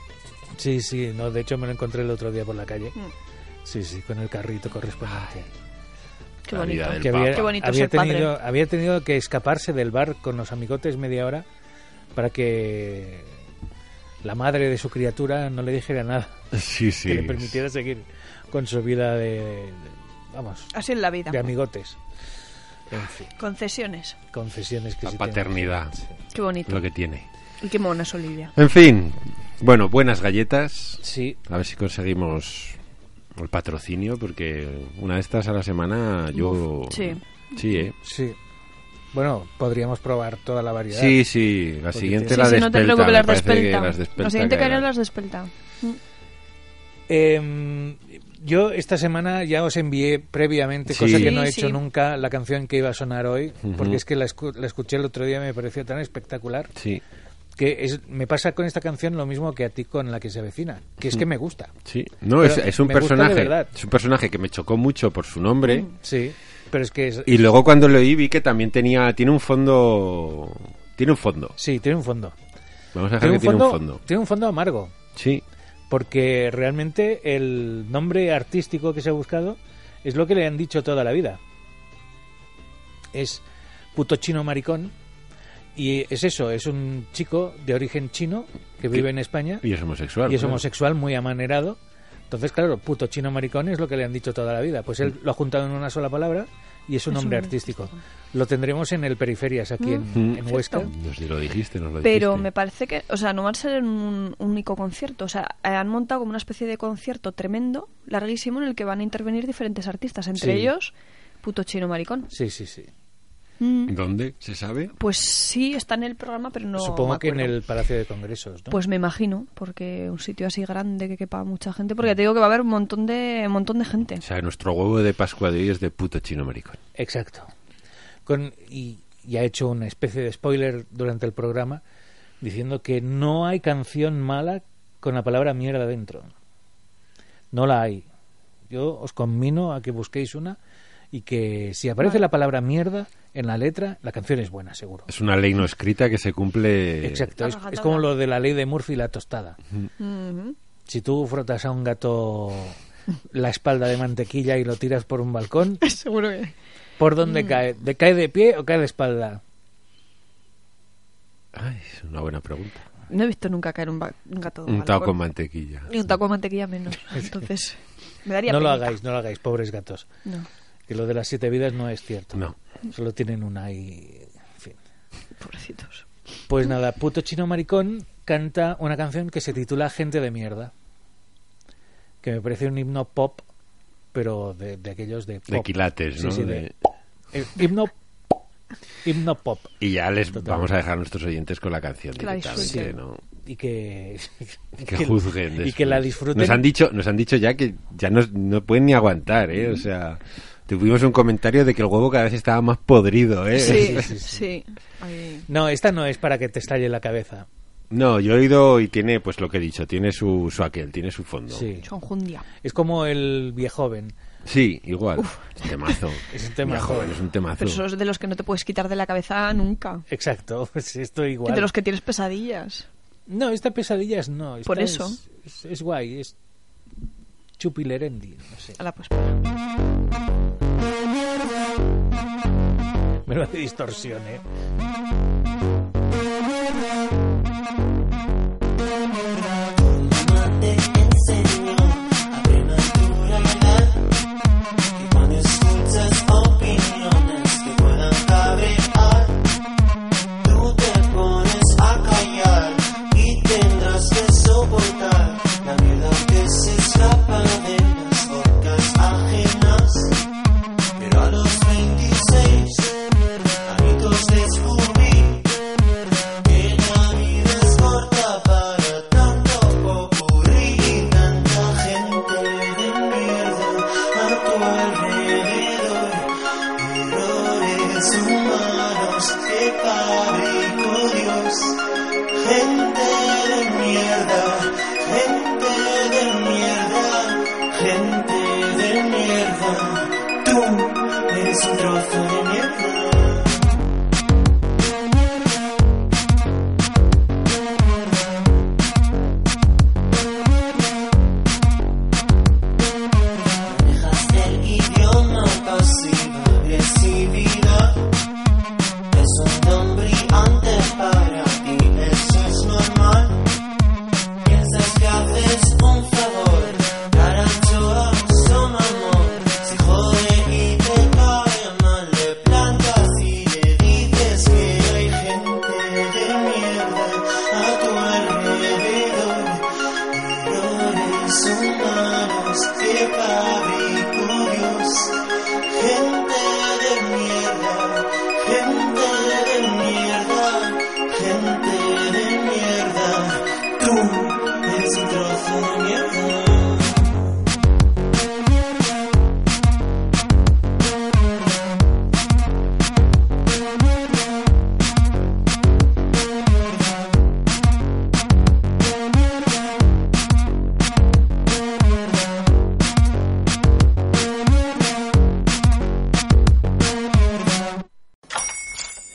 Sí, sí, no, de hecho me lo encontré el otro día por la calle.
Mm,
Sí, sí, con el carrito correspondiente.
Qué
La vida
bonito.
del
que había,
Qué
bonito
había
ser padre.
tenido, había tenido que escaparse del bar con los amigotes media hora para que la madre de su criatura no le dijera nada,
Sí, sí.
que le permitiera seguir con su vida de, de- vamos,
Así es la vida.
de amigotes. En fin,
Concesiones.
confesiones que
La
sí tienen.
paternidad.
Qué bonito.
Lo que tiene.
Y qué mona es Olivia.
En fin. Bueno, buenas galletas.
Sí,
A ver si conseguimos el patrocinio, porque una de estas a la semana yo...
sí.
Sí, ¿eh?
sí. Bueno, podríamos probar toda la variedad.
Sí, sí, la siguiente
tiene-
la
sí, sí,
despelta.
no te preocupes,
me
las
parece que
despelta.
las despelta
Lo siguiente que harán
caerán.
las despelta.
Em, yo esta semana ya os envié previamente,
Sí.
cosa que no he
Sí,
hecho
sí.
nunca, la canción que iba a sonar hoy,
Ujú.
porque es que la, escu- la escuché el otro día y me pareció tan espectacular,
Sí,
que es, me pasa con esta canción lo mismo que a ti con la que se avecina, que es que me gusta.
sí. No,
Pero
es, es un
me gusta de
personaje.
verdad. Mm.
Es un personaje que me chocó mucho por su nombre.
Sí, pero es que es-
Y luego cuando lo oí vi que también tenía. Tiene un fondo. Tiene un fondo.
sí, tiene un fondo.
Vamos a dejar que tiene un fondo.
tiene un fondo amargo,
Sí.
porque realmente el nombre artístico que se ha buscado es lo que le han dicho toda la vida. Es puto chino maricón y es eso, es un chico de origen chino que vive en España
Y es homosexual.
y es
claro.
homosexual muy amanerado. Entonces, claro, puto chino maricón es lo que le han dicho toda la vida. Pues
Mm.
él lo ha juntado en una sola palabra y es un nombre artístico. Lo tendremos en el Periferias, aquí en,
Mm.
en Huesca.
Nos lo dijiste, nos lo
Pero me
dijiste.
parece que, o sea, no va a ser en un único concierto. O sea, eh, han montado como una especie de concierto tremendo, larguísimo, en el que van a intervenir diferentes artistas, entre
Sí.
ellos Puto Chino Maricón.
Sí, sí, sí.
Mm,
¿Dónde? ¿Se sabe?
Pues sí, está en el programa, pero no.
Supongo
me
que en
acuerdo.
el Palacio de Congresos, ¿no?
Pues me imagino, porque un sitio así grande que quepa mucha gente, porque ya te digo que va a haber un montón de, un montón de gente.
[laughs] O sea, nuestro huevo de Pascua de hoy es de puto chino maricón.
Exacto. Con, y, y ha hecho una especie de spoiler durante el programa diciendo que no hay canción mala con la palabra mierda dentro. No la hay. Yo os conmino a que busquéis una y que si aparece la palabra mierda en la letra, la canción es buena, seguro.
Es una ley no escrita que se cumple.
Exacto. Es,
Rajatabla.
es como lo de la ley de Murphy y la tostada.
Ujú.
Si tú frotas a un gato la espalda de mantequilla y lo tiras por un balcón,
Seguro que.
¿por dónde cae? ¿De cae de pie o cae de espalda?
Ay, es una buena pregunta.
No he visto nunca caer un, ba- un gato. de
Un tao
balcón.
con mantequilla.
Ni un taco de mantequilla menos. Entonces, me daría
No lo
penita.
hagáis, no lo hagáis, pobres gatos.
No.
Que lo de las siete vidas no es cierto.
No.
Solo tienen una y... En fin.
Pobrecitos.
Pues nada, puto chino maricón canta una canción que se titula Gente de mierda. Que me parece un himno pop, pero de, de aquellos de... Pop.
De quilates,
Oh, Sí,
¿no?
sí,
De-
de- eh, himno... Himno pop.
Y ya les vamos a dejar a nuestros oyentes con la canción
Que la
directamente,
disfruten.
¿no?
Y que... y
[laughs] Que juzguen.
Y que
después.
la disfruten.
Nos han dicho, nos han dicho ya que ya no, no pueden ni aguantar, ¿eh? O sea, tuvimos un comentario de que el huevo cada vez estaba más podrido, ¿eh?
Sí,
sí, sí.
sí. Ay.
No, esta no es para que te estalle la cabeza.
[laughs] No, yo he oído y tiene, pues lo que he dicho, tiene su, su aquel, tiene su fondo.
Sí.
Chonjundia.
Es como el viejoven.
Sí, igual. Es temazo.
Es un temazo.
Mira, joven, es un temazo.
Pero esos de los que no te puedes quitar de la cabeza nunca.
Exacto, [laughs] pues esto
Y
igual.
de los que tienes pesadillas.
No, esta pesadillas no. esta
Por
es-
eso.
Es, es guay, es chupilerendi, no sé.
A la pues.
Me lo hace distorsión, ¿eh?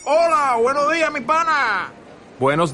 Hola, buenos días, mi pana.
Buenos